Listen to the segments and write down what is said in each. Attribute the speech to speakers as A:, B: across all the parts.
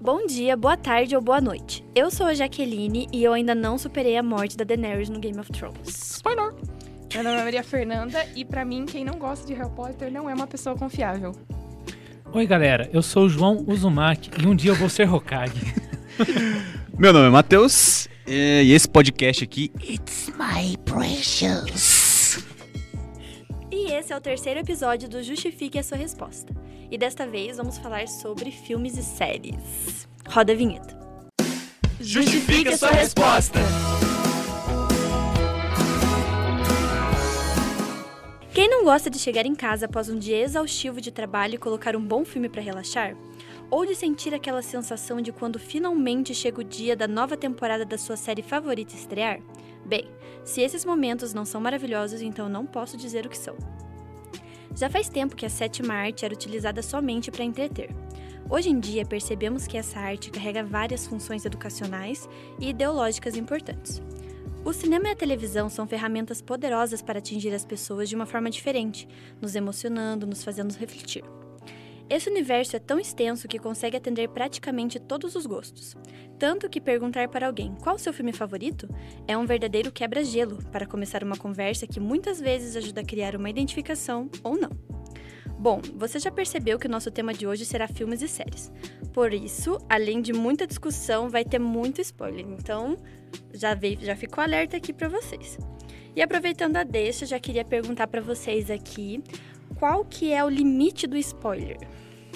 A: Bom dia, boa tarde ou boa noite. Eu sou a Jaqueline e eu ainda não superei a morte da Daenerys no Game of Thrones.
B: Spoiler! Meu nome é Maria Fernanda e pra mim, quem não gosta de Harry Potter não é uma pessoa confiável.
C: Oi, galera, eu sou o João Uzumaki e um dia eu vou ser Hokage.
D: Meu nome é Matheus e esse podcast aqui, It's My Precious.
A: E esse é o terceiro episódio do Justifique a Sua Resposta. E desta vez vamos falar sobre filmes e séries. Roda a vinheta.
D: Justifique a sua resposta.
A: Quem não gosta de chegar em casa após um dia exaustivo de trabalho e colocar um bom filme para relaxar? Ou de sentir aquela sensação de quando finalmente chega o dia da nova temporada da sua série favorita estrear? Bem, se esses momentos não são maravilhosos, então não posso dizer o que são. Já faz tempo que a sétima arte era utilizada somente para entreter. Hoje em dia, percebemos que essa arte carrega várias funções educacionais e ideológicas importantes. O cinema e a televisão são ferramentas poderosas para atingir as pessoas de uma forma diferente, nos emocionando, nos fazendo refletir. Esse universo é tão extenso que consegue atender praticamente todos os gostos. Tanto que perguntar para alguém qual o seu filme favorito é um verdadeiro quebra-gelo para começar uma conversa que muitas vezes ajuda a criar uma identificação ou não. Bom, você já percebeu que o nosso tema de hoje será filmes e séries. Por isso, além de muita discussão, vai ter muito spoiler. Então, já veio, já ficou alerta aqui para vocês. E aproveitando a deixa, já queria perguntar para vocês aqui, qual que é o limite do spoiler?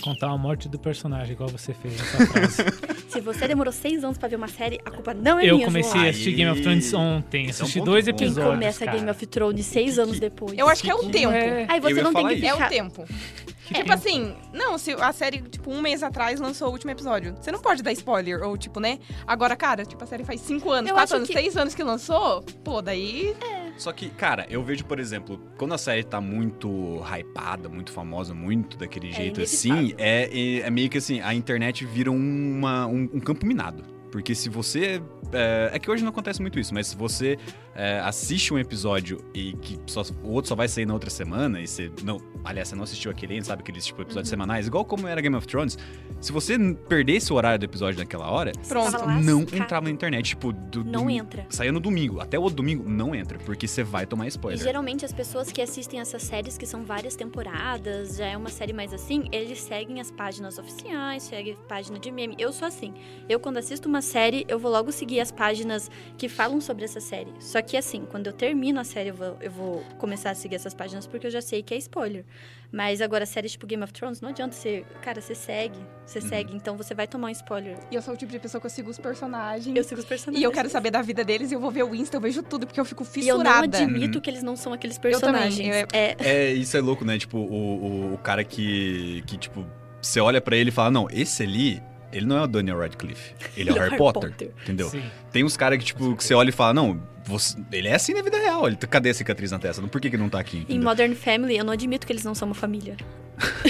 C: Contar a morte do personagem, igual você fez nessa frase.
A: Se você demorou seis anos pra ver uma série, a culpa não é
C: eu
A: minha.
C: comecei a
A: João.
D: Aí.
C: assistir Game of Thrones ontem,
D: Esse é um
C: assisti
D: ponto
C: dois
D: bom. Quem
A: Quem
C: episódios.
A: começa
C: cara.
A: Game of Thrones seis anos depois.
B: Eu acho que é o tempo.
C: É,
A: Aí você
D: Eu ia
A: não tem
D: falar
A: que
D: isso.
B: É
A: ficar...
B: o tempo.
C: que
B: tipo
C: tem-
B: assim, não, se a série, tipo, um mês atrás lançou o último episódio. Você não pode dar spoiler, ou tipo, né? Agora, cara, tipo, a série faz cinco anos,
A: Eu acho
B: quatro anos,
A: que-
B: seis anos que lançou, pô, daí.
D: Só que, cara, eu vejo, por exemplo, quando a série tá muito hypada, muito famosa, muito daquele jeito assim,
A: inevitável.
D: é, é- é meio que assim, a internet vira uma- um, um campo minado. Porque se você. É, é que hoje não acontece muito isso, mas se você é, assiste um episódio e que só- o outro só vai sair na outra semana, e você. Não, aliás, você não assistiu aquele ainda, sabe? Aqueles tipo, episódios semanais, igual como era Game of Thrones. Se você n- perdesse o horário do episódio naquela hora,
B: Pronto.
A: Tava
D: não
A: lascado.
D: entrava na internet. Tipo, do,
A: Não
D: do-
A: entra.
D: Saiu no domingo. Até o outro domingo não entra, porque você vai tomar
A: E
D: spoiler.
A: geralmente as pessoas que assistem essas séries, que são várias temporadas, já é uma série mais assim, eles seguem as páginas oficiais, seguem a página de meme. Eu sou assim. Eu, quando assisto uma série, eu vou logo seguir as páginas que falam sobre essa série. Só que assim, quando eu termino a série, eu vou, eu vou começar a seguir essas páginas porque eu já sei que é spoiler. Mas agora, séries tipo Game of Thrones, não adianta você. Cara, você segue. Você
D: Uhum.
A: segue, então você vai tomar um spoiler.
B: E eu sou o tipo de pessoa que eu sigo os personagens.
A: Eu sigo os personagens.
B: E eu quero saber da vida deles, e eu vou ver o Insta, eu vejo tudo, porque eu fico
A: E eu não
B: fissurada.
A: admito que eles não são aqueles
B: Eu também,
A: personagens.
B: eu-
A: É,
D: É, isso é louco, né? Tipo, o, o, o cara que, que, tipo, você olha pra ele e fala, não, esse ali, ele não é o Daniel Radcliffe. Ele é o Harry Potter, entendeu?
C: Sim.
D: Tem uns caras que, tipo, que você olha e fala, não, você- ele é assim na vida real. Ele, cadê a cicatriz na testa? Por que, que não tá aqui?
A: Em
D: entendeu?
A: Modern Family, eu não admito que eles não são uma família.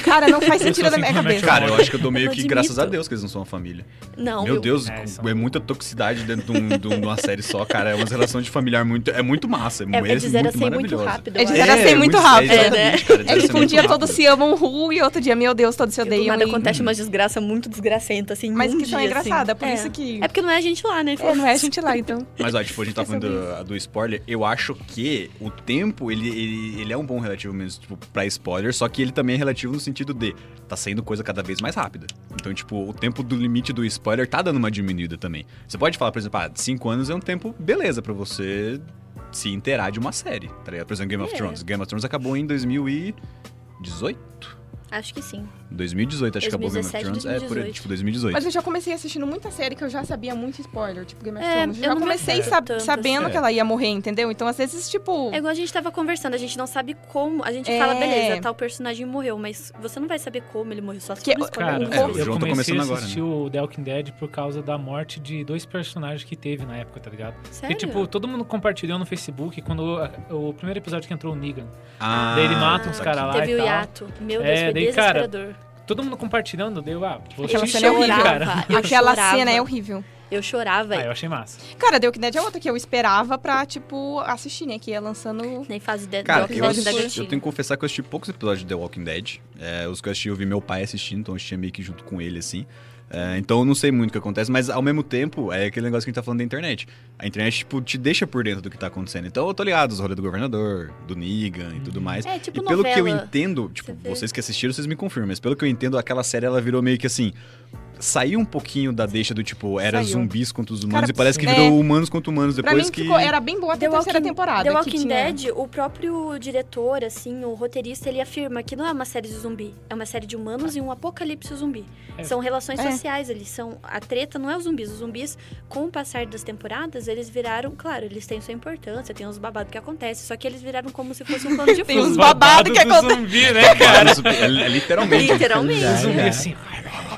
B: Cara, não faz
C: Eu
B: sentido
C: sou
B: na minha
C: assim,
B: cabeça.
D: Cara, eu acho que eu dou meio
A: Eu
D: que
A: admito.
D: graças a Deus que eles não são uma família.
A: Não,
D: Meu
A: eu-
D: Deus,
C: É, são-
D: é, muita toxicidade dentro de, um- de um- de uma série só, cara. É uma relação de familiar muito. É muito massa. É,
A: É, é
D: muito,
A: de 0 a
D: muito
A: 100 muito
D: maravilhosa.
A: rápido.
B: É de
A: eu
B: zero a
A: acho.
B: 100 muito rápido.
A: né?
D: É, exatamente, cara, de
B: É
D: zero a
B: tipo,
D: 100
B: um dia
D: muito
B: todos
D: rápido.
B: se amam Ru e outro dia, meu Deus, todos se
A: Do
B: odeiam.
A: nada
B: e-
A: acontece uma desgraça muito desgracenta, assim,
B: Mas
A: num
B: que são
A: dia,
B: engraçada,
A: assim.
B: por
A: é.
B: isso que.
A: É porque não é a gente lá, né?
B: É, não é a gente lá, então.
D: Mas ó, tipo, a gente tá
B: É
D: falando
B: sobre
D: do, do spoiler. Eu acho que o tempo, ele, ele, ele é um bom relativo mesmo, tipo, pra spoiler, só que ele também é relativo no sentido de tá saindo coisa cada vez mais rápida. Então, tipo, o tempo do limite do spoiler tá dando uma diminuída também. Você pode falar, por exemplo, ah, 5 anos é um tempo beleza pra você se inteirar de uma série, tá ligado? Por exemplo, Game of
A: É.
D: Thrones. Game of Thrones acabou em 2018?
A: Acho que sim.
D: 2018, acho que acabou Game of
A: 2017,
D: Thrones. É, por aí,
A: 2018.
D: tipo, 2018.
B: Mas eu já comecei assistindo muita série que eu já sabia muito spoiler, tipo Game of
A: É,
B: Thrones.
A: eu
B: já
A: não me
B: comecei
A: afeto
B: sab-
A: tanto,
B: sabendo
D: assim.
B: que ela ia morrer, entendeu? Então, às vezes, tipo.
A: É igual a gente tava conversando, a gente não sabe como. A gente
B: É.
A: fala, beleza, tal personagem morreu, mas você não vai saber como ele morreu, só se
B: Porque-
A: for no spoiler.
C: Cara,
D: o
A: Não.
D: jogo tá
C: eu comecei
D: começando
C: a
D: agora,
C: assistir o The Walking Dead por causa da morte de dois personagens que teve na época, tá
D: é
C: ligado?
A: Sério?
C: E tipo, todo mundo compartilhou no Facebook quando o, o primeiro episódio que entrou o Negan.
D: Ah,
C: Daí ele mata uns
D: tá
C: caras lá
A: Teve
C: e
A: o
C: tal.
A: hiato. Meu Deus,
C: É,
A: foi
C: daí, cara,
A: desesperador.
C: Todo mundo compartilhando, deu, ah, vou
A: Eu
C: assistir
B: chorava.
C: isso aí, cara.
A: Eu
B: é Aquela
A: chorava.
B: cena é horrível.
A: Eu chorava.
C: Ah, eu achei massa.
B: Cara, The Walking Dead é outra que eu esperava pra, tipo, assistir, né? Que ia lançando.
A: Nem faz ideia
D: Cara,
A: do
B: Walking
D: eu,
A: episódio
B: Dead
A: da
D: assisti-
A: gatinha.
D: eu tenho que confessar que eu assisti poucos episódios de The Walking Dead. É, os que eu assisti, eu vi meu pai assistindo, então eu assistia meio que junto com ele, assim. É, então eu não sei muito o que acontece, mas ao mesmo tempo é aquele negócio que a gente tá falando da internet. A internet, tipo, te deixa por dentro do que tá acontecendo. Então eu tô ligado aos rolês do governador, do Negan e tudo mais.
A: É, tipo
D: e pelo que eu
A: novela.
D: entendo, tipo,
A: vê.
D: vocês que assistiram, vocês me confirmam, mas pelo que eu entendo, aquela série ela virou meio que assim. Saiu um pouquinho da deixa do tipo, era
B: Saiu.
D: zumbis contra os humanos
B: Cara,
D: e parece que
B: é.
D: virou humanos contra humanos
B: Pra
D: depois
B: mim
D: que.
B: ficou, é era bem boa
A: The
B: até a terceira
A: Walking-
B: temporada.
A: The
B: que
A: Walking
B: tinha-
A: Dead, o próprio diretor, assim, o roteirista, ele afirma que não é uma série de zumbi, é uma série de humanos e um apocalipse zumbi.
C: É.
A: São relações
B: É.
A: sociais, eles são a treta não é os zumbis, os zumbis com o passar das temporadas, eles viraram, claro, eles têm sua importância, tem os babados que acontecem, só que eles viraram como se fosse um plano de
B: Tem
A: fundo.
B: uns babado que
C: do
B: acontece.
C: zumbi, né, cara?
D: É, é literalmente.
A: Literalmente.
C: O zumbi
D: É.
C: assim.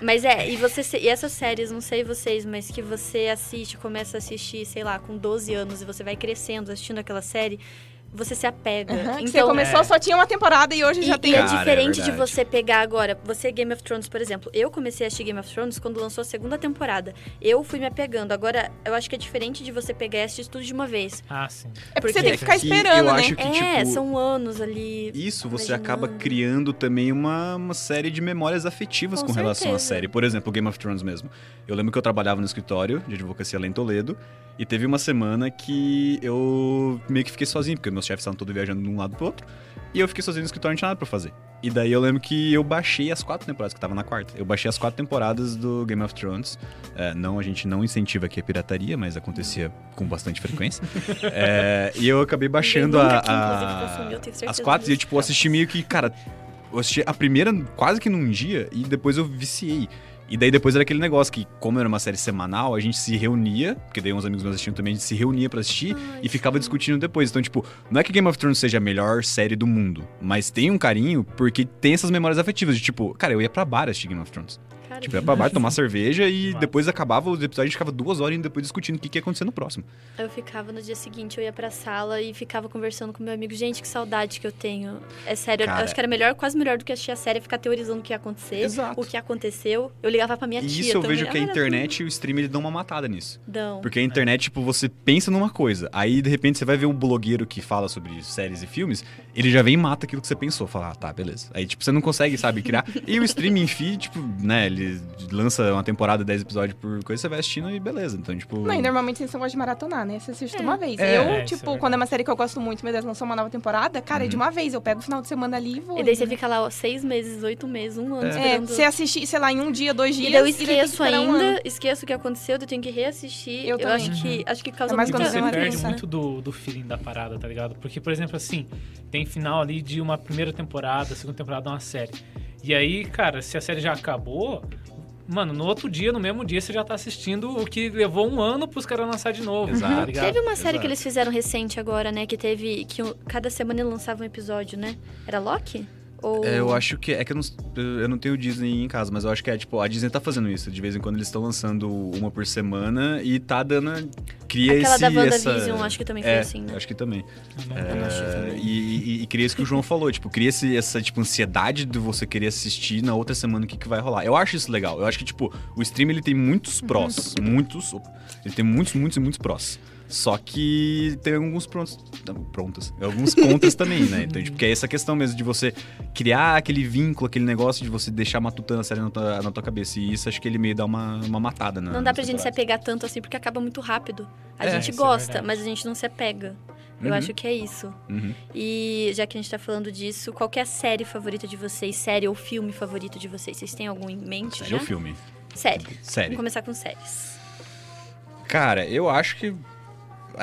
A: Mas é, e você se- e essas séries, não sei vocês, mas que você assiste, começa a assistir, sei lá, com 12 anos e você vai crescendo assistindo aquela série, você se apega.
B: Aham, que você
A: então,
B: começou,
C: É.
B: só tinha uma temporada e hoje
A: E,
B: já
A: e
B: tem.
A: é
D: Cara, é
A: diferente de
D: verdade.
A: você pegar agora. Você, é Game of Thrones, por exemplo. Eu comecei a assistir Game of Thrones quando lançou a segunda temporada. Eu fui me apegando. Agora, eu acho que é diferente de você pegar e assistir tudo de uma vez.
C: Ah, sim.
B: É porque
A: porque-
B: você tem que ficar
D: É que
B: esperando,
D: eu
B: né?
D: acho que,
A: é,
D: tipo,
A: são anos ali.
D: Isso, você
A: tá Imaginando.
D: acaba criando também uma, uma série de memórias afetivas com,
A: Com
D: relação à
A: certeza.
D: série. Por exemplo, Game of Thrones mesmo. Eu lembro que eu trabalhava no escritório de advocacia lá em Toledo e teve uma semana que eu meio que fiquei sozinho, porque meus chefes estavam todos viajando de um lado pro outro. E eu fiquei sozinho no escritório, não tinha nada pra fazer. E daí eu lembro que eu baixei as quatro temporadas, que eu tava na quarta. Eu baixei as quatro temporadas do Game of Thrones. É, não, a gente não incentiva aqui a pirataria, mas acontecia com bastante frequência. É, e eu acabei baixando
A: Ninguém
D: a,
A: nunca aqui, inclusive,
D: a-
A: consumiu, eu tenho
D: as
A: certeza
D: quatro. E eu,
A: disso.
D: tipo, eu assisti meio que, cara, eu assisti a primeira quase que num dia e depois eu viciei. E daí depois era aquele negócio que, como era uma série semanal, a gente se reunia, porque daí uns amigos meus assistiam também, a gente se reunia pra assistir
A: Ai,
D: e ficava
A: sim.
D: discutindo depois. Então, tipo, não é que Game of Thrones seja a melhor série do mundo, mas tem um carinho porque tem essas memórias afetivas de tipo, cara, eu ia pra bar assistir Game of Thrones.
A: Cara,
D: Tipo, eu ia pra bar tomar cerveja e
C: Massa.
D: depois acabava os episódios, a gente ficava duas horas e depois discutindo o que, que ia acontecer no próximo.
A: Eu ficava no dia seguinte, eu ia pra sala e ficava conversando com meu amigo. Gente, que saudade que eu tenho. É sério,
D: Cara.
A: eu acho que era melhor, quase melhor do que assistir a série, ficar teorizando o que ia acontecer,
D: Exato.
A: o que aconteceu. Eu ligava pra minha
D: E
A: tia
D: isso eu
A: também.
D: vejo que a
A: Ah, era
D: internet e o stream eles dão uma matada nisso.
A: tudo dão.
D: Porque a internet, tipo, você pensa numa coisa, aí de repente você vai ver um blogueiro que fala sobre séries e filmes, ele já vem e mata aquilo que você pensou. Fala, ah, tá, beleza. Aí, tipo, você não consegue, sabe, criar. e o streaming feed, tipo, né, ele lança uma temporada, 10 episódios por coisa, você vai assistindo e beleza. Então, tipo.
B: Não, e normalmente vocês gosta de maratonar, né? Você assiste de
A: É.
B: uma vez.
D: É,
B: eu,
C: Hum. é, isso é
B: tipo,
C: verdade. Uhum.
B: quando é uma série que eu gosto muito, meu Deus, lançou uma nova temporada, cara, é de uma vez. Eu pego o final de semana ali e vou.
A: E daí
B: indo,
A: você
B: né?
A: fica lá, ó, seis meses, oito meses, um ano
B: É,
A: esperando.
B: você assistir, sei lá, em um dia, dois dias.
A: E daí eu
B: daí tem que
A: esqueço
B: esperar um ano.
A: ainda, esqueço o que aconteceu, daí eu tenho que reassistir.
B: Eu também.
A: acho que acho que causa
B: É mais
C: Mas
B: quando
A: muita
B: você
C: você
B: uma
C: perde
B: criança, né?
C: muito do, do feeling da parada, tá ligado? Porque, por exemplo, assim, tem final ali de uma primeira temporada, segunda temporada de uma série. E aí, cara, se a série já acabou, mano, no outro dia, no mesmo dia, você já tá assistindo o que levou um ano pros caras lançar de novo, tá
D: Exato.
C: ligado?
A: Teve uma série
D: Exato.
A: que eles fizeram recente agora, né? Que teve. Que um- cada semana ele lançava um episódio, né? Era Loki? Ou.
D: É, eu acho que. É que eu não, eu não tenho Disney em casa, mas eu acho que é, tipo, a Disney tá fazendo isso. De vez em quando eles estão lançando uma por semana e tá dando. Cria
A: Aquela
D: esse.
A: da
D: essa...
A: WandaVision, acho que também foi
D: é,
A: assim, né?
D: acho que também.
C: Não-
D: É, e, e- e cria isso que o João falou, tipo, cria esse- essa tipo, ansiedade de você querer assistir na outra semana o que, que vai rolar. Eu acho isso legal. Eu acho que, tipo, o stream ele tem muitos
A: Uhum.
D: prós. Muitos. opa, Ele tem muitos, muitos e muitos prós. Só que tem alguns prontos. não, Prontas. Alguns contras também, né? Então, tipo, que é essa questão mesmo de você criar aquele vínculo, aquele negócio de você deixar matutando a série na tua, na tua cabeça. E isso acho que ele meio dá uma, uma matada, né?
A: Não dá pra gente se apegar tanto assim, porque acaba muito rápido. A
D: É,
A: gente
C: isso é
A: gosta,
C: verdade.
A: mas a gente não se apega. Eu
D: Uhum.
A: acho que é isso.
D: Uhum.
A: E já que a gente tá falando disso, qual que é a série favorita de vocês? Série ou filme favorito de vocês? Vocês têm algum em mente?
D: Sério
A: já?
D: o filme?
A: Série.
D: Sério.
A: Vamos começar com séries.
D: Cara, eu acho que.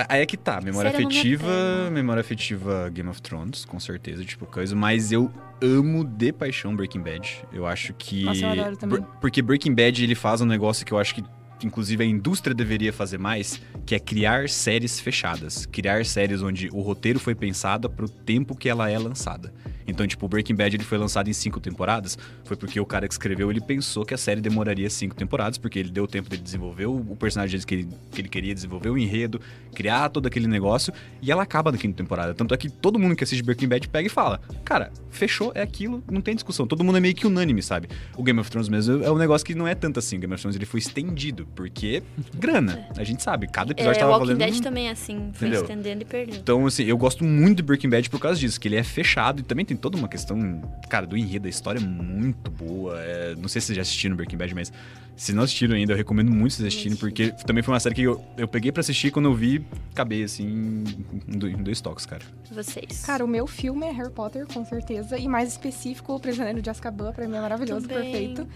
D: Aí é que tá, memória
A: Sério, eu não me
D: afetiva,
A: apego.
D: memória afetiva Game of Thrones, com certeza, tipo coisa, mas eu amo de paixão Breaking Bad. Eu acho que
B: Nossa, eu adoro também.
D: Br- porque Breaking Bad ele faz um negócio que eu acho que inclusive a indústria deveria fazer mais, que é criar séries fechadas, criar séries onde o roteiro foi pensado pro tempo que ela é lançada. Então, tipo, Breaking Bad ele foi lançado em cinco temporadas, foi porque o cara que escreveu ele pensou que a série demoraria cinco temporadas, porque ele deu tempo de desenvolver o o personagem que ele, que ele queria, desenvolver o enredo, criar todo aquele negócio, e ela acaba na quinta temporada. Tanto é que todo mundo que assiste Breaking Bad pega e fala: Cara, fechou, é aquilo, não tem discussão. Todo mundo é meio que unânime, sabe? O Game of Thrones mesmo é um negócio que não é tanto assim. O Game of Thrones ele foi estendido, porque grana, a gente sabe, cada episódio
A: É,
D: tava
A: Walking
D: valendo.
A: Dead
D: um-
A: também é assim, foi
D: Entendeu?
A: estendendo e perdendo.
D: Então, assim, eu gosto muito de Breaking Bad por causa disso, que ele é fechado e também tem tem toda uma questão, cara, do enredo. A história é muito boa. É, não sei se vocês já assistiram Breaking Bad, mas se não assistiram ainda, eu recomendo muito vocês assistirem, porque também foi uma série que eu, eu peguei pra assistir quando eu vi, acabei assim, em do- em dois toques, cara.
A: Vocês.
B: Cara, o meu filme é Harry Potter, com certeza. E mais específico, O Prisioneiro de Azkaban, pra mim é maravilhoso,
A: Muito bem.
B: perfeito.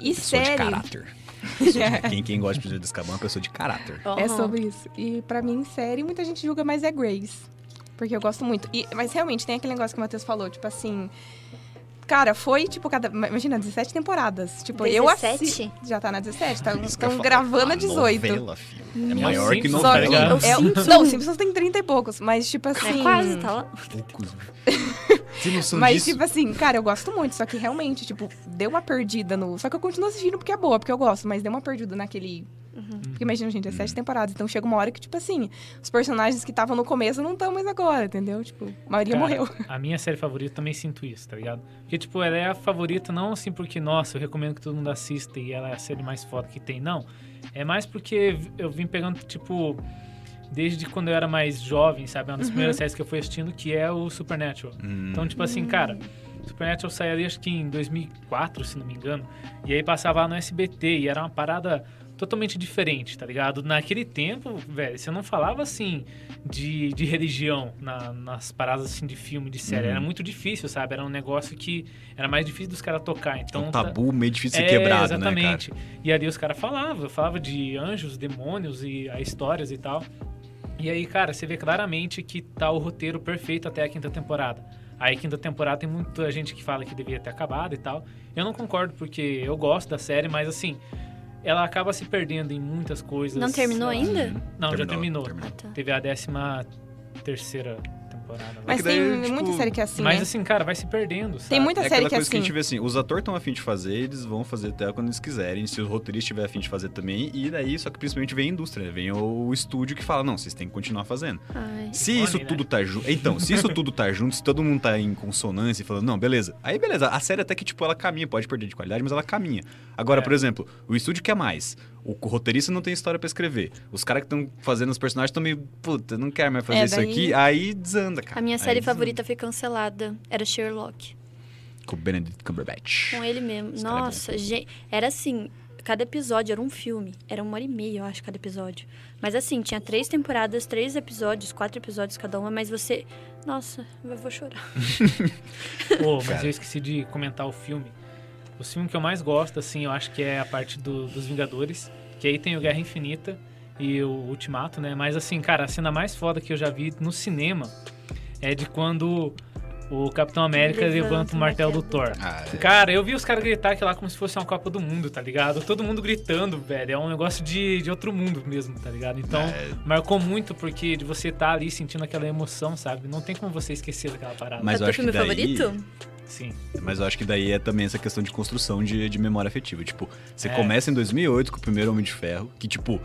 B: E
D: Pessoa de
B: série.
D: caráter. Quem, quem gosta de Prisioneiro de Azkaban é uma pessoa de caráter.
A: Aham.
B: É sobre isso. E pra mim, série, muita gente julga, mas é Grace. Porque eu gosto muito. E- mas realmente, tem aquele negócio que o Matheus falou, tipo assim. Cara, foi, tipo, cada. Imagina, 17 temporadas. Tipo, eu assisti.
A: 17?
B: Já tá na 17, tá-
D: Isso que eu
B: estão
D: falo,
B: gravando a
D: a
B: 18.
D: Novela, filho. É
A: Nossa.
D: maior que
C: Simpsons,
B: Só
D: novela.
B: que
C: tá ligado?
B: é o-
A: Simpsons.
B: Não, o Simpsons tem 30 e poucos, mas tipo assim.
A: um- É quase, tá lá.
D: poucos. Tem noção
B: Mas,
D: disso?
B: tipo assim, cara, eu gosto muito, só que realmente, tipo, deu uma perdida no. Só que eu continuo assistindo porque é boa, porque eu gosto, mas deu uma perdida naquele.
A: Uhum.
B: Porque imagina, gente, é sete
D: Uhum.
B: temporadas. Então chega uma hora que, tipo assim, os personagens que estavam no começo não estão mais agora, entendeu? Tipo, a maioria
C: Cara,
D: é
B: morreu.
C: A minha série favorita também sinto isso, tá ligado? Porque, tipo, ela é a favorita não assim porque, nossa, eu recomendo que todo mundo assista e ela é a série mais foda que tem, não. É mais porque eu vim pegando, tipo, desde quando eu era mais jovem, sabe? Uma das primeiras séries que eu fui assistindo, que é o Supernatural.
D: Hum.
C: Então, tipo assim, cara, Supernatural saiu ali acho que em 2004, se não me engano, e aí passava lá no SBT e era uma parada totalmente diferente, tá ligado? Naquele tempo, velho, você não falava assim de, de religião na- nas paradas assim de filme, de série,
D: Uhum.
C: era muito difícil, sabe? Era um negócio que era mais difícil dos caras tocar,
D: É
C: então
D: um
C: tá-
D: tabu meio difícil
B: É,
D: de ser quebrado, né, cara?
C: exatamente. E ali os caras falavam, falava de anjos, demônios e ah, histórias e tal. E aí, cara, você vê claramente que tá o roteiro perfeito até a quinta temporada. Aí, quinta temporada, tem muita gente que fala que deveria ter acabado e tal. Eu não concordo, porque eu gosto da série, mas assim, ela acaba se perdendo em muitas coisas.
A: Não terminou
C: Ela-
A: ainda?
D: Uhum.
C: Não, já terminou.
A: Ah, tá.
C: Teve a décima terceira temporada. lá.
B: Mas
D: que daí,
B: tem
D: tipo,
B: muita série que é assim,
C: mas
B: né?
C: assim, cara, vai se perdendo, sabe?
B: tem muita
D: É
B: série
D: aquela
B: que é
D: coisa que a
B: assim.
D: gente vê assim, os atores estão afim de fazer, eles vão fazer até quando eles quiserem, se o roteirista tiver afim de fazer também, e daí, só que principalmente vem a indústria, né? vem o estúdio que fala, não, vocês têm que continuar fazendo.
A: Ai.
D: Se
C: Olha,
D: isso
C: né?
D: tudo tá junto, então, se isso tudo tá junto, se todo mundo tá em consonância e falando, não, beleza, aí beleza, a série até que, tipo, ela caminha, pode perder de qualidade, mas ela caminha. Agora,
C: É.
D: por exemplo, o estúdio quer mais, o roteirista não tem história pra escrever, os caras que estão fazendo os personagens estão meio, puta, não quero mais fazer
B: É,
D: isso
B: daí-
D: aqui, aí desanda, cara.
A: A minha
D: Aí
A: série
D: desanda.
A: favorita foi cancelada. Era Sherlock.
D: Com o Benedict Cumberbatch.
A: Com ele mesmo.
D: Esse cara é bom.
A: Nossa, gente. Era assim. Cada episódio era um filme. Era uma hora e meia, eu acho, cada episódio. Mas assim, tinha três temporadas, três episódios, quatro episódios cada uma, mas você. Nossa, eu vou chorar.
C: Pô, mas
D: Cara.
C: eu esqueci de comentar o filme. O filme que eu mais gosto, assim, eu acho que é a parte do- dos Vingadores, que aí tem o Guerra Infinita e o Ultimato, né? Mas assim, cara, a cena mais foda que eu já vi no cinema é de quando o Capitão América
A: Levanta
C: levanta, o martelo do Thor.
D: Ah, é.
C: Cara, eu vi os caras gritar aquilo lá como se fosse uma Copa do Mundo, tá ligado? Todo mundo gritando, velho. É um negócio de, de outro mundo mesmo, tá ligado? Então,
D: É.
C: marcou muito porque de você tá ali sentindo aquela emoção, sabe? Não tem como você esquecer daquela parada.
D: Mas
A: é o
D: eu
A: teu
D: acho que
A: filme
D: daí-
A: favorito?
C: Sim.
D: Mas eu acho que daí é também essa questão de construção de, de memória afetiva. Tipo, você
C: É.
D: começa em 2008 com o primeiro Homem de Ferro, que, tipo,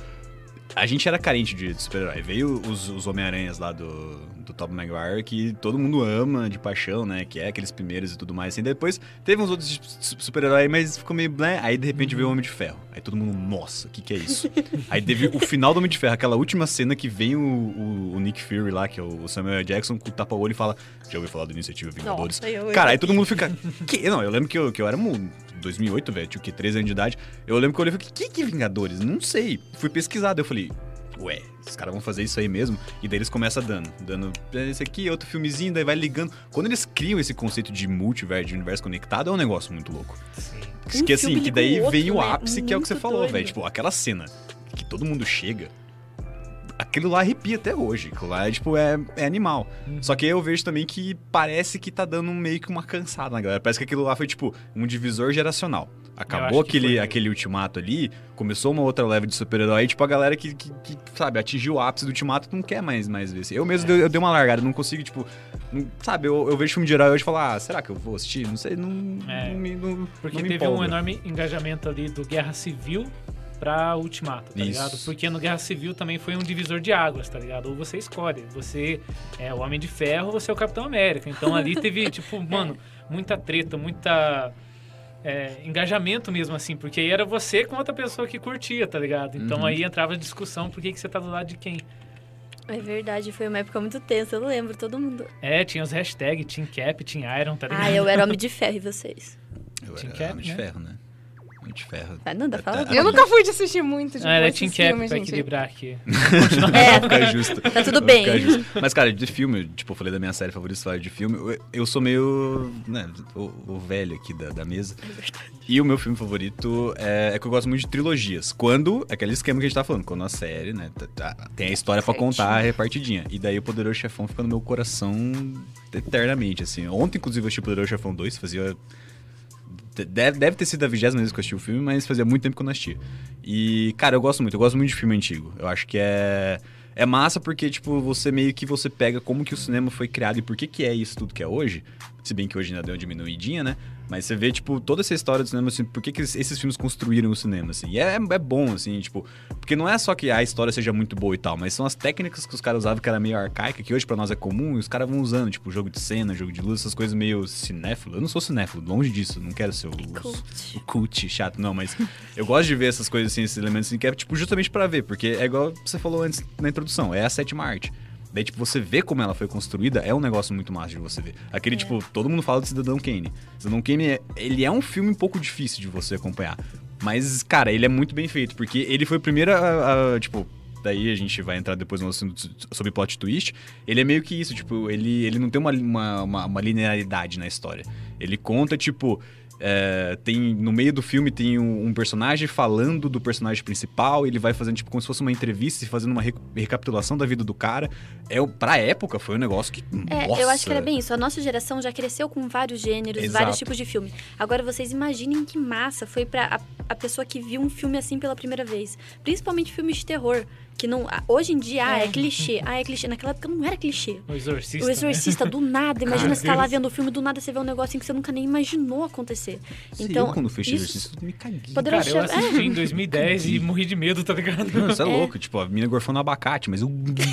D: a gente era carente de de super-herói. Veio os, os Homem-Aranhas lá do, do Tobey Maguire, que todo mundo ama de paixão, né? Que é aqueles primeiros e tudo mais. E depois teve uns outros su- super-herói, mas ficou meio blé. Aí, de repente, veio o Homem de Ferro. Aí todo mundo, nossa, o que, que é isso? Aí teve o final do Homem de Ferro, aquela última cena que vem o, o- o Nick Fury lá, que é o Samuel Jackson, com o tapa-olho e fala, já ouviu falar do Iniciativa Vingadores?
A: Nossa, eu- eu-
D: Cara, aí todo mundo fica. "Que?" Não, eu lembro que eu, que eu era um 2008, velho, tinha o quê? 13 anos de idade. Eu lembro que eu olhei e falei, que que é Vingadores? Não sei. Fui pesquisar, daí eu falei, ué, os caras vão fazer isso aí mesmo? E daí eles começam dando, dando "É esse aqui, outro filmezinho, daí vai ligando. Quando eles criam esse conceito de multiverso, de universo conectado, é um negócio muito louco.
C: Sim.
A: Um
D: que
A: filme
D: assim, que
A: liga
D: daí
A: o outro,
D: vem o
A: né?
D: ápice, que é o que você
A: Muito
D: falou,
A: doido.
D: velho. Tipo, aquela cena que todo mundo chega. Aquilo lá arrepia até hoje. Aquilo lá, é, tipo, é, é animal.
C: Uhum.
D: Só que eu vejo também que parece que tá dando meio que uma cansada na galera. Parece que aquilo lá foi, tipo, um divisor geracional. Acabou
C: acho que
D: aquele,
C: foi.
D: aquele ultimato ali, começou uma outra leve de super-herói, tipo, a galera que, que, que, sabe, atingiu o ápice do ultimato não quer mais, mais ver. assim. Eu mesmo, dei- eu dei uma largada, não consigo, tipo, não- sabe, eu, eu vejo filme de herói hoje e falo, ah, será que eu vou assistir? Não sei, não,
C: É.
D: não me não,
C: Porque
D: não me
C: teve um
D: empolga.
C: enorme engajamento ali do Guerra Civil pra Ultimato, tá
D: Isso.
C: ligado? Porque no Guerra Civil também foi um divisor de águas, tá ligado? Ou você escolhe, você é o Homem de Ferro ou você é o Capitão América. Então ali teve, tipo, mano, muita treta, muita. é, engajamento mesmo, assim, porque aí era você com outra pessoa que curtia, tá ligado? Então
D: Uhum.
C: aí entrava a discussão por que, que você tá do lado de quem.
A: É verdade, foi uma época muito tensa, eu lembro, todo mundo.
C: É, tinha os hashtags, Team Cap, Team Iron, tá ligado?
A: Ah, eu era homem de ferro e vocês.
D: Eu
C: Team
D: era
C: Cap,
D: Homem de
C: né?
D: Ferro, né? Homem de Ferro.
A: Ah, não, dá pra falar?
D: Até-
B: Eu nunca fui de assistir muito de
C: Ah, era
D: é
B: esses
C: Team Cap
B: filmes,
C: pra
B: gente.
C: equilibrar aqui.
A: É,
D: Ficar justo.
A: tá tudo
D: Vai
A: bem.
D: ficar justo. Mas, cara, de filme, tipo, eu falei da minha série favorita falei de filme. eu- Eu sou meio, né, o, o velho aqui da, da mesa. E o meu filme favorito é, é que eu gosto muito de trilogias. Quando, aquele esquema que a gente tá falando, quando a série, né, tá- tá- tem a história pra
A: Certinho.
D: contar, repartidinha. E daí o Poderoso Chefão fica no meu coração eternamente, assim. Ontem, inclusive, eu assisti o Poderoso Chefão 2, fazia... Deve, deve ter sido a vigésima vez que eu assisti o filme, mas fazia muito tempo que eu não assistia. E, cara, eu gosto muito, eu gosto muito de filme antigo. Eu acho que é. É massa porque, tipo, você meio que você pega como que o cinema foi criado e por que que é isso tudo que é hoje. Se bem que hoje ainda deu uma diminuidinha, né? Mas você vê, tipo, toda essa história do cinema, assim, por que, que esses- esses filmes construíram o cinema, assim. E é, é bom, assim, tipo... Porque não é só que a história seja muito boa e tal, mas são as técnicas que os caras usavam, que era meio arcaica, que hoje pra nós é comum, e os caras vão usando, tipo, jogo de cena, jogo de luz, essas coisas meio cinéfilo. Eu não sou cinéfilo, longe disso, não quero ser o
A: Cult.
D: o cult chato, não, mas eu gosto de ver essas coisas assim, esses elementos assim, que é tipo justamente pra ver, porque é igual você falou antes na introdução, é a sétima arte. Daí, tipo, você vê como ela foi construída, é um negócio muito massa de você ver. Aquele, tipo, todo mundo fala do Cidadão Kane. Cidadão Kane, é, ele é um filme um pouco difícil de você acompanhar. Mas, cara, ele é muito bem feito, porque ele foi o primeiro a, a, tipo, daí a gente vai entrar depois no assunto sobre plot twist, ele é meio que isso, tipo, ele, ele não tem uma, uma, uma- uma linearidade na história. Ele conta, tipo, é, tem no meio do filme tem um, um personagem falando do personagem principal, ele vai fazendo, tipo, como se fosse uma entrevista e fazendo uma re- recapitulação da vida do cara. É, o- pra época, foi um negócio que,
A: É,
D: nossa,
A: eu acho que era bem isso. A nossa geração já cresceu com vários gêneros,
D: Exato.
A: vários tipos de filme. Agora vocês imaginem que massa foi pra a, a pessoa que viu um filme assim pela primeira vez. Principalmente filmes de terror. Que não. a- Hoje em dia, ah, é
B: É.
A: clichê. Ah, é clichê. Naquela época não era clichê.
C: O Exorcista. né?
A: O Exorcista, do nada. Imagina
C: Cara,
A: você tá lá
C: Deus.
A: vendo o filme, do nada você vê um negócio assim que você nunca nem imaginou acontecer.
D: Sim,
A: então,
D: eu, quando fez
A: isso-
D: exercício, eu me caguei.
A: Poder-
C: Né? Cara, eu
A: Poderoso Chefão.
C: assisti em 2010 e morri de medo, tá ligado?
D: Não, isso é,
A: É.
D: louco. Tipo, a mina gorfando abacate, mas eu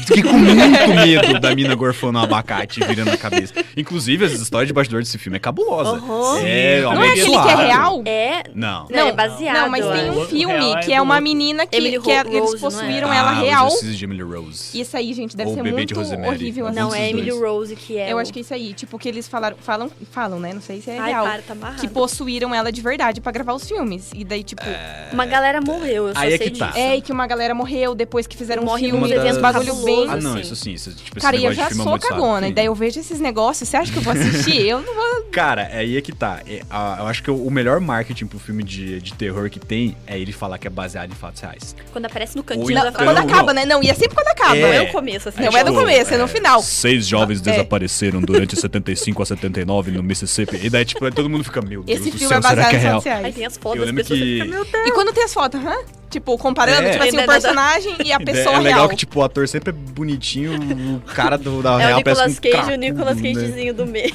D: fiquei com muito medo da mina gorfando abacate virando a cabeça. Inclusive, as histórias de bastidor desse filme é cabulosa.
A: Horror.
D: É,
C: Não
B: Não é aquele que é
D: amaldiçoado.
B: real?
A: É.
D: Não.
A: Não, é
B: Não,
A: baseado.
B: Não, mas
A: eu
B: tem
A: acho.
B: um
C: acho. O real
B: filme
C: é
B: que é uma
C: do-
B: menina
A: Emily
B: que, que é-
A: Rose, não
B: eles
A: é?
B: possuíram
D: Ah,
B: ela
D: os
B: real.
D: exercícios de Emily Rose.
B: Isso aí, gente, deve
D: Ou
B: ser
D: Bebê de
B: muito
D: Rosemary.
B: horrível
D: Não,
A: Não,
D: Esses
A: é Emily
D: dois.
A: Rose que é.
B: Eu
A: o-
B: acho que é isso aí. Tipo, que eles falaram. Falam, falam né? Não sei se é
A: Ai,
B: real.
A: para, tá amarrado.
B: que possuíram ela de verdade pra gravar os filmes. E daí, tipo. É,
A: Uma galera morreu, eu só
D: Aí é
A: sei
D: que tá.
A: disso.
B: e que uma galera morreu depois que fizeram um
A: Morre
B: filme.
A: uns
D: eventos
B: uns bagulho
A: cabulosos.
B: bem.
D: Ah, não,
A: assim.
D: isso sim. Isso, tipo,
B: Cara,
D: esse
B: e eu
D: negócio
B: já
D: de filme
B: sou
D: amaldiçoado.
B: cagona.
D: Sim.
B: E daí eu vejo esses negócios. Você acha que eu vou assistir? eu não vou.
D: Cara, aí é que tá. É, a- Eu acho que o melhor marketing pro filme de, de terror que tem é ele falar que é baseado em fatos reais.
A: Quando aparece no
D: Ou
A: cantinho
D: então-
A: da
D: Não,
B: quando
A: família.
B: acaba, né? Não, e é sempre quando acaba.
A: Não
D: É.
A: é o começo, assim.
B: Não é no
D: Tipo,
B: começo, é no final.
D: Seis jovens
B: É.
D: desapareceram durante 75 a 79 no Mississippi. E daí, tipo, aí todo mundo fica, meu Deus
B: Esse
D: do
B: filme
D: céu,
B: é
D: será
B: baseado
D: que é
B: em
D: real?
B: fatos
A: Aí
B: reais.
A: tem as fotos,
D: Eu
A: as
D: lembro
A: pessoas
D: que-
A: ficam, meu Deus.
B: E quando tem as fotos, hã? Tipo, comparando,
D: É.
B: tipo assim,
A: Não,
B: o
A: não, não.
B: personagem e a pessoa
D: é legal
B: real.
D: que, tipo, o ator sempre é bonitinho, o cara do, da
A: É o
D: real parece
A: Nicolas
D: um
A: Cage,
D: cracudo,
A: o Nicolas
D: né?
A: Cagezinho do meio.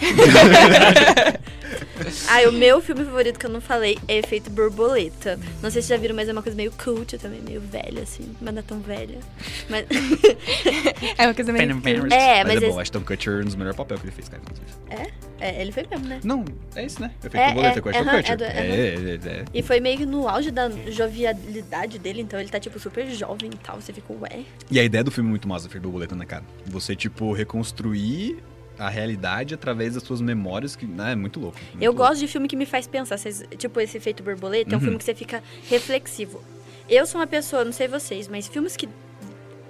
A: ah, e o meu filme favorito que eu não falei é Efeito Borboleta. Não sei se já viram, mas é uma coisa meio cult também, meio velha, assim. Mas não é tão velha. Mas...
B: É uma coisa meio.
A: É,
D: mas
A: mas
D: é
A: esse-
D: bom, Ashton Kutcher é um dos melhores papéis que ele fez, cara. inclusive.
A: É, ele foi mesmo, né?
D: Não, é isso, né? Efeito
A: É,
D: borboleta
A: é,
D: com Ashton
A: aham, é
D: Kutcher.
A: do- aham.
D: é, é, é.
A: E foi meio que no auge da jovialidade dele, então ele tá, tipo, super jovem e tal. Você fica, ué?
D: E a ideia do filme é muito massa, Efeito Borboleta, né, cara? Você, tipo, reconstruir a realidade através das suas memórias, que né, é muito louco. muito Uhum.
A: Eu
D: louco.
A: gosto de filme que me faz pensar. Vocês- tipo, esse efeito borboleta é um filme que você fica reflexivo. Eu sou uma pessoa, não sei vocês, mas filmes que.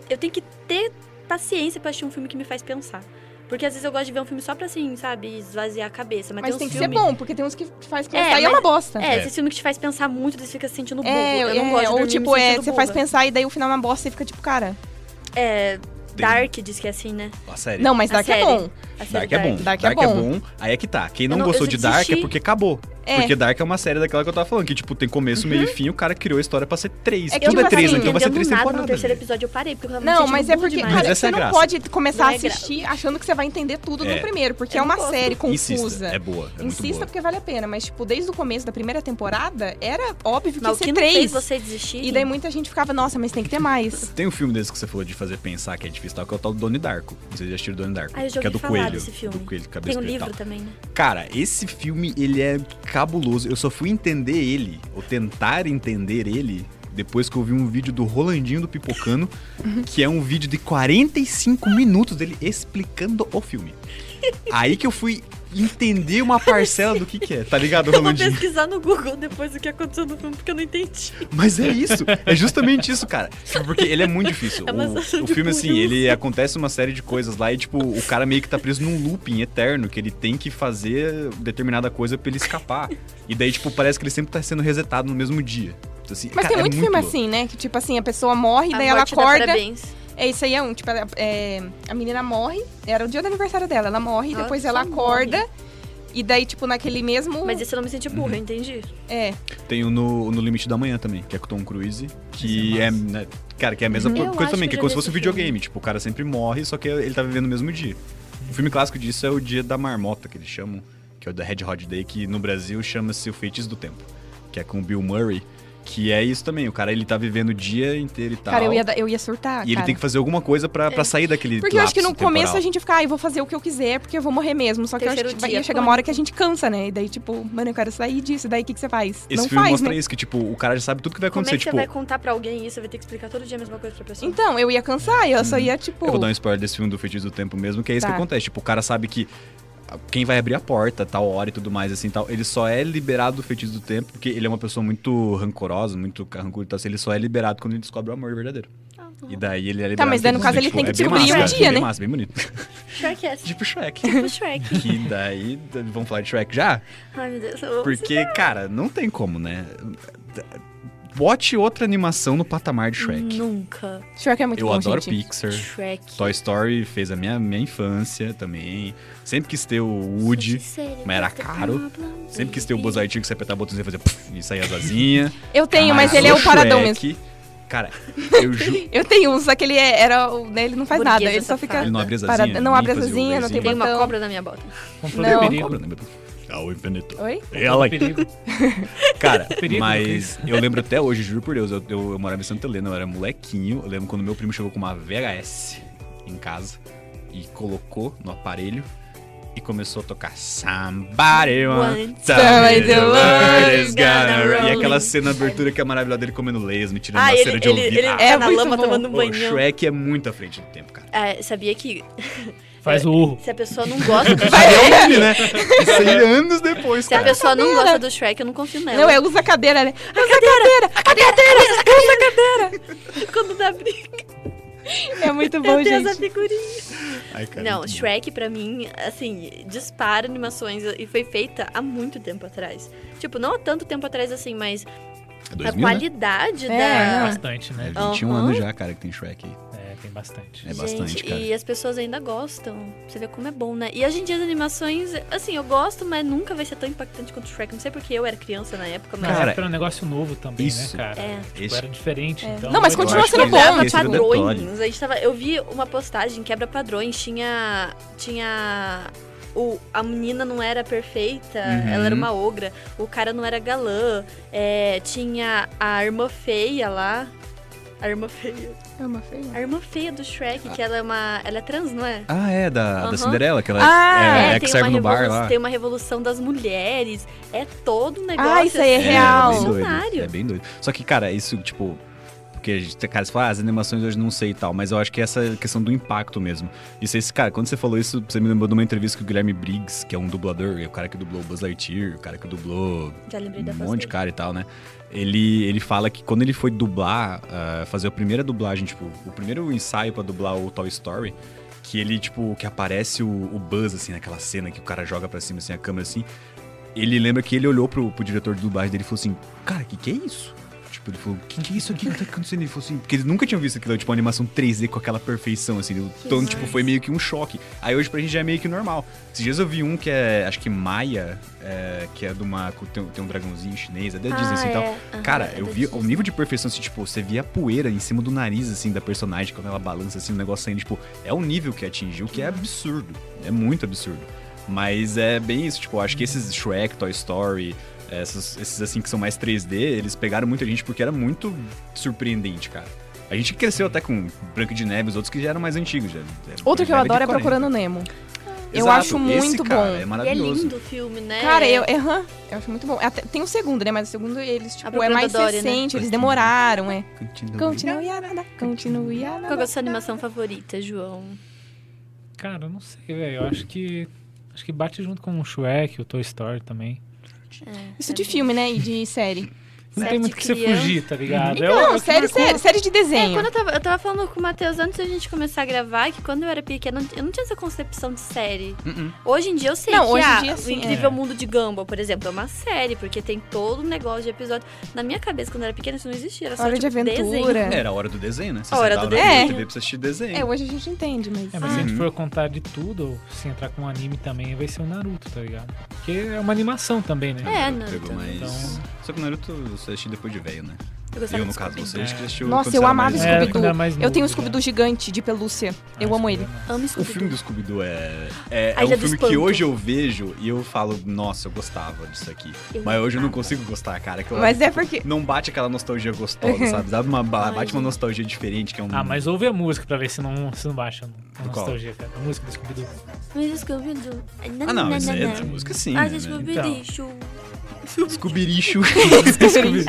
A: Eu tenho que ter paciência pra assistir um filme que me faz pensar. Porque às vezes eu gosto de ver um filme só pra, assim, sabe, esvaziar a cabeça. Mas,
B: Mas tem
A: uns
B: que ser
A: filme...
B: bom, porque tem uns que faz pensar e é
A: mas-
B: uma bosta.
A: É,
D: É.
A: esse filme que te faz pensar muito, você fica se sentindo bobo.
B: É,
A: eu não
B: é,
A: gosto de
B: ou
A: dormir
B: tipo,
A: me
B: é,
A: sentindo
B: você
A: boba.
B: faz pensar e daí o final é uma bosta e fica tipo, cara.
A: É,
D: Tem-
A: Dark diz que é assim, né?
D: A série.
B: Não, mas
A: A
B: Dark
A: série.
B: é bom.
A: A série
D: Dark é bom.
B: Dark é bom.
D: Aí é que tá. Quem não,
A: Eu não-
D: gostou
A: eu
D: de
A: desisti.
D: Dark é porque acabou.
B: É.
D: Porque Dark é uma série daquela que eu tava falando, que, tipo, tem começo, meio e
A: Uhum.
D: fim, o cara criou a história pra ser três.
B: É que,
D: Tudo
B: tipo
D: é três,
B: assim,
D: então
A: Não
D: vai ser
A: entendendo
D: três
A: nada
D: temporadas.
A: no terceiro episódio, eu parei, porque eu tava me
B: Não,
A: sentindo
B: mas é
A: burra
B: porque,
A: demais.
B: cara,
D: Mas essa é
B: você
D: a
B: não
D: graça.
B: pode começar
A: Não
B: a
A: é gra-
B: assistir achando que você vai entender tudo
D: É.
B: no primeiro, porque
A: Eu
B: é
A: não
B: uma
A: gosto.
B: série confusa.
D: Insista, é boa, é muito
B: Insista
D: boa.
B: porque vale a pena, mas tipo, desde o começo da primeira temporada, era óbvio que
A: Mas
B: ia
A: o que
B: ser
A: não fez
B: três.
A: você desistir?
B: E daí muita gente ficava, nossa, mas tem que ter mais.
D: Tem um filme desse que você falou de fazer pensar que é difícil, tal, que é o tal do Doni Darko. Vocês já assistiram o Doni Darko?
A: Ah, eu já
D: que é
A: ouvi
D: do
A: falar
D: coelho.
A: desse filme.
D: Do coelho, de
A: Tem
D: cabeça
A: um
D: preta e tal.
A: livro também, né?
D: Cara, esse filme, ele é cabuloso. Eu só fui entender ele, ou tentar entender ele, depois que eu vi um vídeo do Rolandinho do Pipocano, que é um vídeo de 45 minutos dele explicando o filme. Aí que eu fui entender uma parcela do que que é, tá ligado,
A: Eu vou
D: Rolandinho?
A: pesquisar no Google depois o que aconteceu no filme, porque eu não entendi.
D: Mas é isso, é justamente isso, cara. Tipo, Porque ele é muito difícil.
A: É uma sessão
D: O, o
A: de
D: filme, assim,
A: pulos.
D: ele acontece uma série de coisas lá e, tipo, o cara meio que tá preso num looping eterno, que ele tem que fazer determinada coisa pra ele escapar. E daí, tipo, parece que ele sempre tá sendo resetado no mesmo dia. Então, assim,
B: Mas
D: cara,
B: tem
D: é
B: muito, filme
D: louco.
B: assim, né? Que tipo assim, a pessoa morre,
A: A
B: daí ela
A: morte dá
B: acorda.
A: Parabéns.
B: É isso aí, é um. Tipo, ela- é, a menina morre, era o dia do aniversário dela, ela morre,
A: Ela
B: depois
A: só
B: ela acorda.
A: morre.
B: E daí, tipo, naquele mesmo.
A: Mas isso eu não me senti burra, entendi.
B: É.
D: Tem o no, no Limite da Manhã também, que é com o Tom Cruise, que
C: Esse é
D: é, né, cara, que é a mesma
A: Uhum.
D: po-
A: Eu acho
D: coisa também,
A: que
D: que
A: eu já
D: é como
A: vi
D: se fosse um
A: esse
D: videogame, tipo, o cara sempre morre, só que ele tá vivendo no mesmo dia. O filme clássico disso é o Dia da Marmota, que eles chamam, que é o da Red Hot Day, que no Brasil chama-se O Feitiço do Tempo, que é com o Bill Murray, que é isso também, o cara ele tá vivendo o dia inteiro e tal.
B: Cara, eu ia, da- eu ia surtar.
D: e ele
B: cara.
D: tem que fazer alguma coisa pra, pra
A: É.
D: sair daquele
B: Porque eu acho que no
D: lapso temporal.
B: começo a gente fica, ah, eu vou fazer o que eu quiser, porque eu vou morrer mesmo. Só que eu acho que
A: Terceiro
B: tipo,
A: dia,
B: ia chegar uma hora que a gente cansa, né? E daí, tipo, mano, eu quero sair disso. E daí, o que, que você faz?
D: Esse
B: não
D: filme
B: faz,
D: mostra
B: né?
D: isso, que tipo, o cara já sabe tudo que vai
A: Como é
D: acontecer,
A: que você
D: tipo,
A: vai contar pra alguém isso? Vai ter que explicar todo dia a mesma coisa pra pessoa.
B: Então, eu ia cansar, eu só ia, tipo.
D: Eu vou dar um spoiler desse filme do Feitiço do Tempo mesmo, que é isso
B: Tá.
D: que acontece. Tipo, o cara sabe que quem vai abrir a porta, tal hora e tudo mais, assim, tal, ele só é liberado do Feitiço do Tempo, porque ele é uma pessoa muito rancorosa, muito carrancuda e tal, assim, ele só é liberado quando ele descobre o amor verdadeiro.
B: tá
A: Ah,
D: E daí ele é liberado...
B: Uhum. mas daí, no
D: assim,
B: caso, ele tem que
D: é bem
B: descobrir
D: massa,
B: um
D: cara,
B: dia,
D: bem
B: né?
D: massa, bem bonito.
A: Shrek é assim,
D: tipo Shrek.
A: tipo Shrek.
D: Que daí, vamos falar de Shrek já?
A: Ai, meu Deus. eu-
D: Porque, cara, não tem como, né? Bote outra animação no patamar de Shrek.
A: Nunca.
B: Shrek é muito
D: Eu
B: bom,
D: adoro
B: gente.
D: Pixar.
A: Shrek.
D: Toy Story fez a minha, minha infância também. Sempre quis ter o Woody. mas era caro. Sempre quis ter o Buzz Lightyear que você apertava o botãozinho e fazia puff, e saía as asinhas.
B: Eu tenho, mas
D: Cara,
B: ele é
D: o
B: o paradão mesmo.
D: Shrek, Cara, eu juro.
B: Eu tenho uns, só que ele é- era. o- né, ele não faz nada,
A: Burguesa
B: ele só fica.
A: safada.
D: Ele não abre as
B: Parada-
D: asinhas.
B: não
D: nem
B: abre as
D: fazia o
B: asinhas, não tem
D: desenho.
A: Tem uma
B: Então-
A: cobra na minha bota.
C: Comprou
B: Não.
C: o
D: Tem
C: perigo.
D: cobra, né? Ao infinito. É
B: Oi?
D: Ela,
C: Perigo.
D: cara,
C: Perigo,
D: mas eu lembro até hoje, juro por Deus, eu, eu- eu morava em Santa Helena, eu era molequinho. Eu lembro quando meu primo chegou com uma VHS em casa e colocou no aparelho e começou a tocar Somebody
A: Wants
B: Somebody
D: Wants Somebody the world is
A: gonna
D: gonna roll. E
A: roll.
D: aquela cena abertura que é maravilhosa dele comendo lesma, e tirando
A: Ah,
D: a
A: ele,
D: cena de
A: ele,
D: ouvido.
A: ele
D: Ah,
A: tá
B: É
A: na
B: muito
A: lama
B: bom.
A: tomando um
D: o
A: banho.
D: Shrek é muito à frente do tempo, cara.
A: É, sabia que
C: Faz
B: É.
C: o urro.
A: se a pessoa não gosta do
D: Mas
A: Shrek,
D: é um filme, né? Isso aí é anos depois,
A: se a
D: cara.
A: pessoa não gosta do Shrek, eu não confio nela.
B: Não, é usa a cadeira, né?
A: quando dá briga,
B: É muito bom,
A: eu tenho essa
B: gente.
A: figurinha.
D: Ai, cara,
A: Não,
D: muito bom.
A: Shrek pra mim, assim, dispara animações e foi feita há muito tempo atrás. Tipo, não há tanto tempo atrás assim, mas
D: É
A: a
D: 2000, né?
A: qualidade
B: É,
A: da.
B: não.
C: Bastante, né?
D: É 21
A: Aham.
D: anos já, cara, que tem Shrek aí.
C: É, tem bastante.
D: É bastante,
A: Gente,
D: cara.
A: e as pessoas ainda gostam. Você vê como é bom, né? E hoje em dia as animações, assim, eu gosto, mas nunca vai ser tão impactante quanto Shrek. Não sei porque eu era criança na época, mas.
C: Mas
D: Cara,
C: é era um negócio novo também,
D: isso.
C: né, cara?
A: É.
C: Tipo,
D: Esse-
C: era diferente.
B: É.
C: Então,
B: Não, mas
C: eu
B: continua
C: acho
B: sendo
C: que-
B: bom.
A: Quebrava
D: esse era
C: é
D: o
A: padrões. A gente tava, eu vi uma postagem, quebra padrões. Tinha. Tinha. O, a menina não era perfeita,
D: Uhum.
A: ela era uma ogra. O cara não era galã. é, tinha a irmã feia lá. A irmã feia.
B: É uma feia.
A: A irmã feia do Shrek, que ela é uma. Ela é trans, não é?
D: Ah, é, da,
A: Aham.
D: da Cinderela, que ela
B: Ah,
D: é, é, que serve no bar
A: revolução-
D: lá.
A: tem uma revolução das mulheres. É todo um negócio.
B: Ah, isso aí é
A: assim,
B: real.
D: É bem, doido,
A: revolucionário.
D: é bem doido. Só que, cara, isso, tipo. Porque, a gente- cara, você fala, ah, as animações hoje não sei e tal, mas eu acho que essa questão do impacto mesmo. Isso, esse cara, quando você falou isso, você me lembrou de uma entrevista que o Guilherme Briggs, que é um dublador, é o cara que dublou o Buzz Lightyear, o cara que dublou
A: Já lembrei da
D: um
A: voz
D: monte de
A: dele.
D: cara e tal, né? Ele, ele fala que quando ele foi dublar, ah, fazer a primeira dublagem, tipo, o primeiro ensaio pra dublar o Toy Story, que ele, tipo, que aparece o, o Buzz, assim, naquela cena que o cara joga pra cima, assim, a câmera, assim. Ele lembra que ele olhou pro, pro diretor de dublagem dele e falou assim, cara, que que é isso? Tipo, ele falou, que que é isso aqui que tá acontecendo? Ele falou assim, porque eles nunca tinham visto aquilo, tipo, uma animação 3D com aquela perfeição, assim. Então,
A: demais.
D: tipo, foi meio que um choque. Aí hoje pra gente já é meio que normal. Esses dias eu vi um que é, acho que Maia, é, que é de uma. Tem, tem um dragãozinho chinês, é da Disney assim, e
A: Ah,
D: tal.
A: é. Aham,
D: Cara,
A: é
D: eu
A: da
D: vi o
A: Disney.
D: nível de perfeição, assim, tipo, você via a poeira em cima do nariz, assim, da personagem, quando ela balança, assim, o negócio saindo, tipo, é o nível que atingiu, que é absurdo. É muito absurdo. Mas é bem isso, tipo, eu acho que esses Shrek, Toy Story, essas- esses, assim, que são mais 3D, eles pegaram muita gente porque era muito surpreendente, cara. A gente cresceu até com Branco de Neve, os outros que já eram mais antigos. Já,
B: Outro que eu adoro é
D: Procurando
B: Procurando Nemo. Eu
D: Exato,
B: acho
D: esse
B: muito
D: cara
B: bom.
D: É
A: E é
D: maravilhoso.
A: lindo o filme, né?
B: Cara, eu, é, aham, eu acho muito bom. É Até- tem o segundo, né? Mas o segundo, eles, tipo, é
A: Procura
B: mais
A: da Dory, né?
B: recente, eles demoraram, é.
D: Continua.
B: Continue a nadar, continue a
A: Qual que é a
B: nadar.
A: sua animação favorita, João?
C: Cara, eu não sei, velho. Eu acho que. Acho que bate junto com o Shrek, o Toy Story também.
A: É,
B: Isso de filme, né? E de série.
C: Não
A: Série
C: tem
A: de
C: muito que você
A: criança.
C: fugir, tá ligado? É o- é o
B: Não,
C: que
B: série,
C: marcou.
B: série, série de
A: É,
B: desenho.
A: quando eu tava, eu tava falando com o Matheus antes da gente começar a gravar, que quando eu era pequena, eu não tinha essa concepção de série.
D: Uh-uh.
A: Hoje em dia eu sei
B: Não,
A: que
B: hoje em
A: ah,
B: dia,
A: o
B: sim,
A: Incrível
C: é.
A: Mundo de Gumball, por exemplo, é uma série, porque tem todo um negócio de episódio. Na minha cabeça, quando eu era pequena, isso não existia. Era só
B: Hora de
A: tipo,
B: aventura.
A: desenho.
D: É, Era a hora do desenho, né? Você
A: A hora do
D: sentava na frente
B: desenho.
D: da TV pra assistir desenho.
B: É, hoje a gente entende, mas.
C: É, mas se a
D: Uhum.
C: gente for contar de tudo, ou se entrar com um anime também, vai ser o Naruto, tá ligado? Porque é uma animação também, né?
A: É,
D: Naruto pegou,
A: Naruto.
D: mas-
C: Então-
D: Só que o Naruto você assistiu depois de velho, né?
A: Eu
D: Eu,
A: gostava
D: no
A: de
D: caso,
A: Scooby-Doo.
D: vocês que assistiu
B: Nossa,
D: quando
B: eu
D: você era
B: amava o
C: É,
D: mais novo.
C: quando
B: Scooby-Doo.
C: era mais
B: Eu
C: novo,
B: tenho um
C: né?
B: Scooby-Doo gigante de pelúcia. eu
C: Ah,
B: amo
C: Scooby-Doo
B: ele.
C: é massa.
A: Amo
D: O
A: Scooby-Doo.
D: filme do Scooby-Doo é, é,
A: A
D: é um
A: Ilha do
D: filme que
A: Espanto.
D: hoje eu vejo e eu falo, nossa, eu gostava disso aqui.
A: Eu
D: Mas hoje eu não
A: amava.
D: consigo gostar, cara. que eu-
B: Mas é porque.
D: Não bate aquela nostalgia gostosa, sabe? Dá uma, ba-
A: Ai,
D: bate uma
A: gente.
D: nostalgia diferente, que é um...
C: Ah, mas ouve a música pra ver se não, se não baixa a nostalgia, cara. A música do Scooby-Doo.
A: Mas o Scooby-Doo.
D: Ah, não, isso é, é música sim,
A: Ah,
D: né? Então.
A: Scooby-Doo.
D: Scooby-Richo.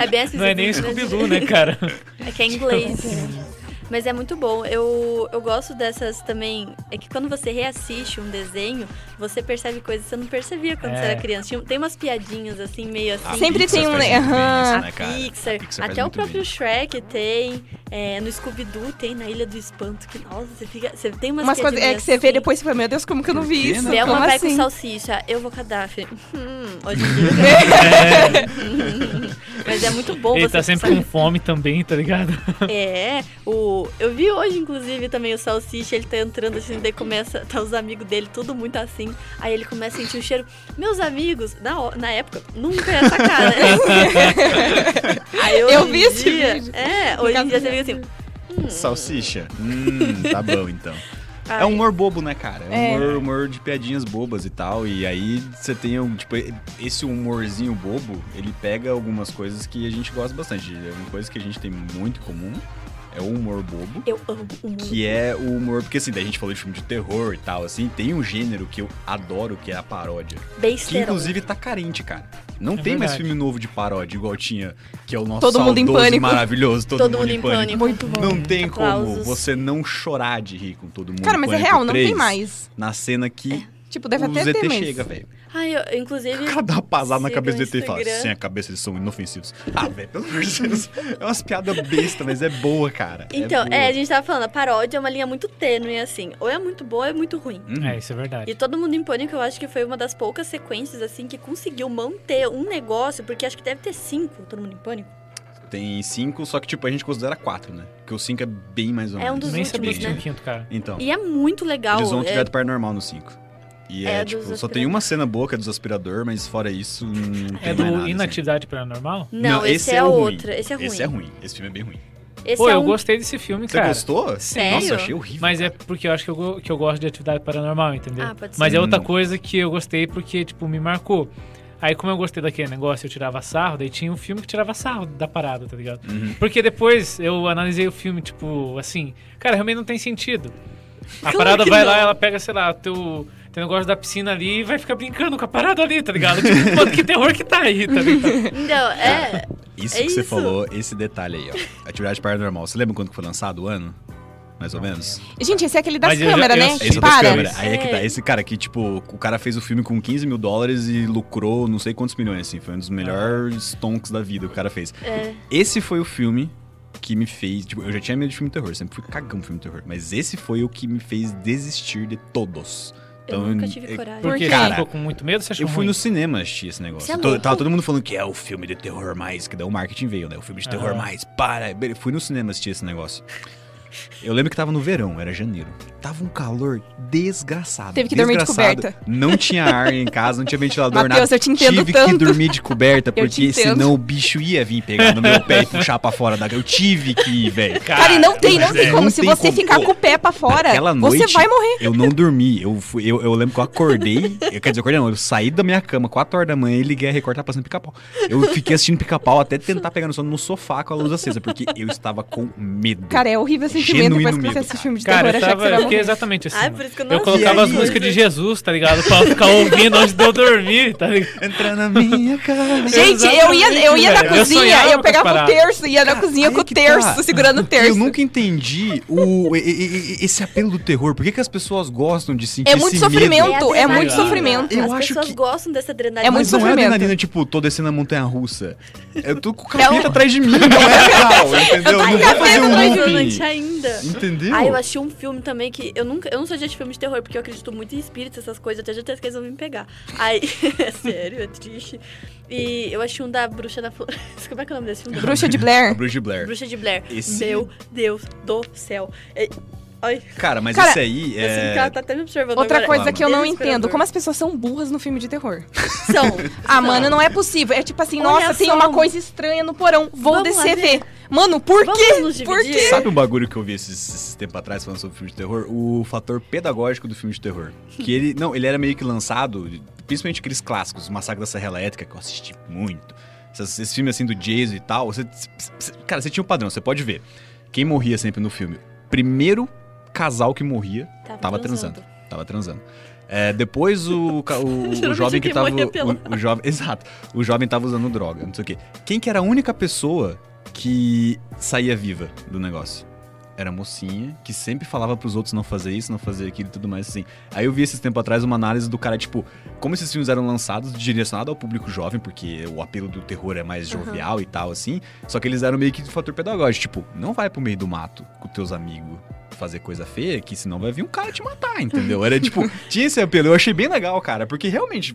A: É bem assim,
C: Não é
A: você tem
C: nem
A: que
C: Scooby-Doo, né, cara?
A: É que é inglês. Mas é muito bom. Eu, eu gosto dessas também. É que quando você reassiste um desenho, você percebe coisas que você não percebia quando
C: É.
A: você era criança. Tinha- tem umas piadinhas assim, meio assim.
D: A
B: Sempre
D: Pixar
B: tem um-
D: faz muito bem
B: aham.
D: isso,
A: A
D: né, cara?
A: Pixar,
D: Pixar faz
A: até o
D: muito
A: próprio
D: bem.
A: Shrek tem, é, no Scooby-Doo tem, na Ilha do Espanto, que nossa, você fica, você tem umas,
B: Umas coisas é que você vê depois e você fala, meu Deus, como que eu não
D: Por
B: vi
D: quê,
B: isso?
D: né?
A: Vê
B: Como
A: uma vai com
B: assim?
A: salsicha, eu vou cadáver. Hum, hoje em dia. Mas é muito bom
C: Ele
A: você
C: tá sempre
A: saber-
C: com fome também, tá ligado?
A: É, o, eu vi hoje, inclusive, também o Salsicha, ele tá entrando assim, daí começa, tá os amigos dele, tudo muito assim. Aí ele começa a sentir o cheiro. Meus amigos, na, ho- na época, nunca ia sacar, né? Aí, hoje
B: Eu
A: em
B: vi esse
A: dia-
B: vídeo.
A: É, hoje em
B: caso
A: dia
B: do
A: você fica assim.
D: Salsicha? Hum, tá bom então.
A: ai,
D: É um humor bobo, né, cara? É um
B: É.
D: humor, humor de piadinhas bobas e tal. E aí você tem um, tipo, esse humorzinho bobo, ele pega algumas coisas que a gente gosta bastante. É uma coisa que a gente tem muito em comum. É o humor bobo.
A: Eu amo o mundo.
D: Que é o humor, porque assim, daí a gente falou de filme de terror e tal, assim, tem um gênero que eu adoro, que é a paródia. Que
A: Besteirão.
D: inclusive tá carente, cara. Não
C: É
D: tem mais
C: verdade.
D: filme novo de paródia, igual tinha, que é o nosso
B: Todo mundo em
D: saudoso e
B: pânico.
D: maravilhoso, todo, mundo, em pânico.
B: Muito bom.
D: Não tem como
A: Aplausos.
D: você não chorar de rir com todo mundo.
B: Cara, mas é
D: Pânico
B: real, não
D: 3,
B: tem mais.
D: Na cena que
B: Tipo, deve
D: o
B: até
D: ZT
B: ter, mas.
D: chega, velho.
A: Ai, eu, inclusive.
D: O cara dá uma pasada na
A: Siga
D: cabeça do
A: o
D: ZT e fala,
A: Instagram.
D: sem a cabeça eles são inofensivos. Ah, velho, pelo amor de Deus. É umas piadas besta, mas é boa, cara.
A: Então,
D: boa.
A: é, a gente tava falando, a paródia é uma linha muito tênue, assim. Ou é muito boa ou é muito ruim.
D: Uhum.
C: É, isso é verdade.
A: E todo mundo em pânico, eu acho que foi uma das poucas sequências, assim, que conseguiu manter um negócio, porque acho que deve ter cinco, todo mundo em pânico.
D: Tem cinco, só que tipo, a gente considera quatro, né? Porque o cinco é bem mais ou
A: É
D: menos.
A: um dos
C: Nem
A: últimos,
C: sabia que tinha um
A: né?
C: quinto, cara.
D: Então,
A: E é muito legal.
D: eles vão
A: é-
D: atividade paranormal no cinco. E é,
A: É, dos
D: tipo, só tem
A: aspirador.
D: uma cena boa que é dos aspirador, mas fora isso, não tem
C: É
D: mais nada.
C: do
D: assim.
C: Inatividade Paranormal?
A: Não, esse, é,
D: o ruim.
A: outro. Esse é ruim.
D: Esse é ruim. Esse filme é bem ruim.
A: Esse
C: Pô,
A: é
C: eu
A: um-
C: gostei desse filme,
D: Você
C: cara.
D: gostou?
A: Sério?
D: Nossa, eu achei horrível.
C: Mas é porque eu acho que eu, go- que eu gosto de atividade paranormal, entendeu?
A: Ah, pode ser.
C: Mas é outra
D: Hum.
C: coisa que eu gostei porque, tipo, me marcou. Aí, como eu gostei daquele negócio, eu tirava sarro, daí tinha um filme que tirava sarro da parada, tá ligado?
D: Uhum.
C: Porque depois eu analisei o filme, tipo, assim, cara, realmente não tem sentido. A
A: Claro
C: parada
A: que
C: vai
A: não.
C: lá, ela pega, sei lá, teu, teu negócio da piscina ali e vai ficar brincando com a parada ali, tá ligado? Tipo, mano, que terror que tá aí, tá ligado?
A: Então, é.
D: Isso
A: É
D: que você
A: isso.
D: falou, esse detalhe aí, ó. Atividade paranormal. Você lembra quando que foi lançado o ano? Mais ou menos?
B: Gente, esse é aquele das
C: Mas eu já-
B: câmeras,
C: eu
B: né?
C: assisti.
D: Esse
B: Que
D: é das
B: para.
D: câmeras. Aí é que tá.
A: É.
D: Esse cara que, tipo, o cara fez o filme com 15 mil dólares e lucrou não sei quantos milhões, assim. Foi um dos melhores tonks da vida que o cara fez.
A: é.
D: Esse foi o filme que me fez. Tipo, eu já tinha medo de filme de terror, sempre fui cagão de filme de terror. Mas esse foi o que me fez desistir de todos.
A: Eu
D: Então,
A: nunca tive
D: é-
A: coragem.
C: Porque
D: Cara,
C: você ficou com muito medo, você achou
D: Eu fui
C: ruim?
D: no cinema assistir esse negócio.
A: Você é
D: To-
A: louco?
D: Tava todo mundo falando que é o filme de terror mais, que daí o marketing veio, né? O filme de terror
C: Aham.
D: mais, para. Be- Fui no cinema assistir esse negócio. Eu lembro que tava no verão, era janeiro. Tava um calor desgraçado.
B: Teve que dormir de
D: desgraçado.
B: coberta.
D: Não tinha ar em casa, não tinha ventilador, nada.
B: Mateus, eu te entendo
D: Tive que
B: tanto.
D: dormir de coberta,
B: te
D: porque
B: entendo.
D: senão o bicho ia vir pegar no meu pé e puxar pra fora da. Eu tive que ir, velho.
B: Cara, e não tem, não
D: mas
B: tem
D: é,
B: como.
D: não
B: Se
D: tem
B: você
D: como.
B: ficar
D: Pô,
B: com o pé pra fora,
D: Naquela
B: É, você
D: noite,
B: vai morrer.
D: Eu não dormi. Eu, fui, eu, eu lembro que eu acordei. Eu, quer dizer, eu acordei, não. Eu saí da minha cama 4 horas da manhã e liguei a Record, tava passando pica-pau. Eu fiquei assistindo pica-pau até tentar pegar no sono no sofá com a luz acesa, porque eu estava com medo.
B: Cara, é horrível esse sentimento depois que
D: Genuíno
B: você
D: mico.
B: assiste filme de terror,
C: Cara, eu
B: achar que
C: tava.
B: você
C: Eu
B: vai
C: fiquei
B: morrer.
C: exatamente assim.
A: Ai,
C: mano.
A: por isso que eu não
C: Eu colocava
D: E
C: as
D: aí?
C: músicas de Jesus, tá ligado? Pra ficar ouvindo antes de eu dormir, tá ligado?
D: Entra na minha cara.
B: Gente, eu ia, eu ia na
C: Exatamente, velho. Eu
B: cozinha, eu,
C: sonhava com essas
B: pegava o
C: paradas.
B: terço, ia na cozinha
D: aí
B: com o
D: que tá.
B: terço, segurando o terço.
D: Eu nunca entendi o, e- e- e- esse apelo do terror. Por que, que as pessoas gostam de sentir
B: É muito
D: esse medo?
B: sofrimento. é
A: adrenalina.
C: muito
B: sofrimento.
D: Eu
A: As
D: acho
A: pessoas
D: que-
A: gostam dessa adrenalina.
B: É muito
D: Mas não é
B: sofrimento.
D: adrenalina, tipo, tô descendo a montanha russa. Eu tô com o
B: É um-
D: capeta atrás de mim, não é real, entendeu?
A: Ai,
D: Não vou
A: capeta
D: fazer um
A: mais violente
D: looping.
A: ainda.
D: Entendeu?
A: Ah, eu achei um filme também que eu nunca. Eu não sou gente de filme de terror, porque eu acredito muito em espíritos, essas coisas, até já tenho que eles vão me pegar. Aí, é sério, é triste. E eu achei um da Bruxa da Floresta. Como é que é o nome desse filme?
B: Bruxa de
D: A
B: Blair.
D: Bruce Blair.
A: Bruxa de Blair.
D: Esse-
A: Meu Deus do céu. É- Ai,
D: Cara, mas
B: Cara,
D: esse aí
A: eu sinto que ela
D: é...
A: tá até me observando.
B: Outra
A: agora.
B: coisa que eu não
A: Desesperador.
B: entendo, como as pessoas são burras no filme de terror.
A: São.
B: Ah,
D: Então.
A: Não.
B: mano, não é possível. É tipo assim,
A: Olha
B: nossa, tem
A: só.
B: uma coisa estranha no porão, vou
A: Vamos lá
B: descer
A: ver.
B: ver. Mano, por
A: Vamos
B: quê?
A: nos
B: Por
A: dividir?
B: quê?
D: Sabe um bagulho que eu vi esses, esses tempo atrás falando sobre filme de terror? O fator pedagógico do filme de terror. Que ele... Não, ele era meio que lançado, principalmente aqueles clássicos, Massacre da Serra Elétrica, que eu assisti muito. Esses, esses filmes assim do Jason e tal. Você, cara, você tinha um padrão, você pode ver. Quem morria sempre no filme? Primeiro casal que morria Tava transando. Tava transando. É, depois o, ca- o- o
A: Geralmente
D: jovem que
A: quem
D: tava.
A: morre é
D: O, o jovem, exato. O jovem tava usando droga, não sei o quê. Quem que era a única pessoa que saía viva do negócio? Era a mocinha, que sempre falava pros outros não fazer isso, não fazer aquilo e tudo mais assim. Aí eu vi esses tempo atrás uma análise do cara, tipo, como esses filmes eram lançados, direcionado ao público jovem, porque o apelo do terror é mais
B: Aham.
D: jovial e tal, assim. Só que eles eram meio que de fator pedagógico, tipo, não vai pro meio do mato com teus amigos fazer coisa feia, que senão vai vir um cara te matar, entendeu? Era tipo, tinha esse apelo, eu achei bem legal, cara, porque realmente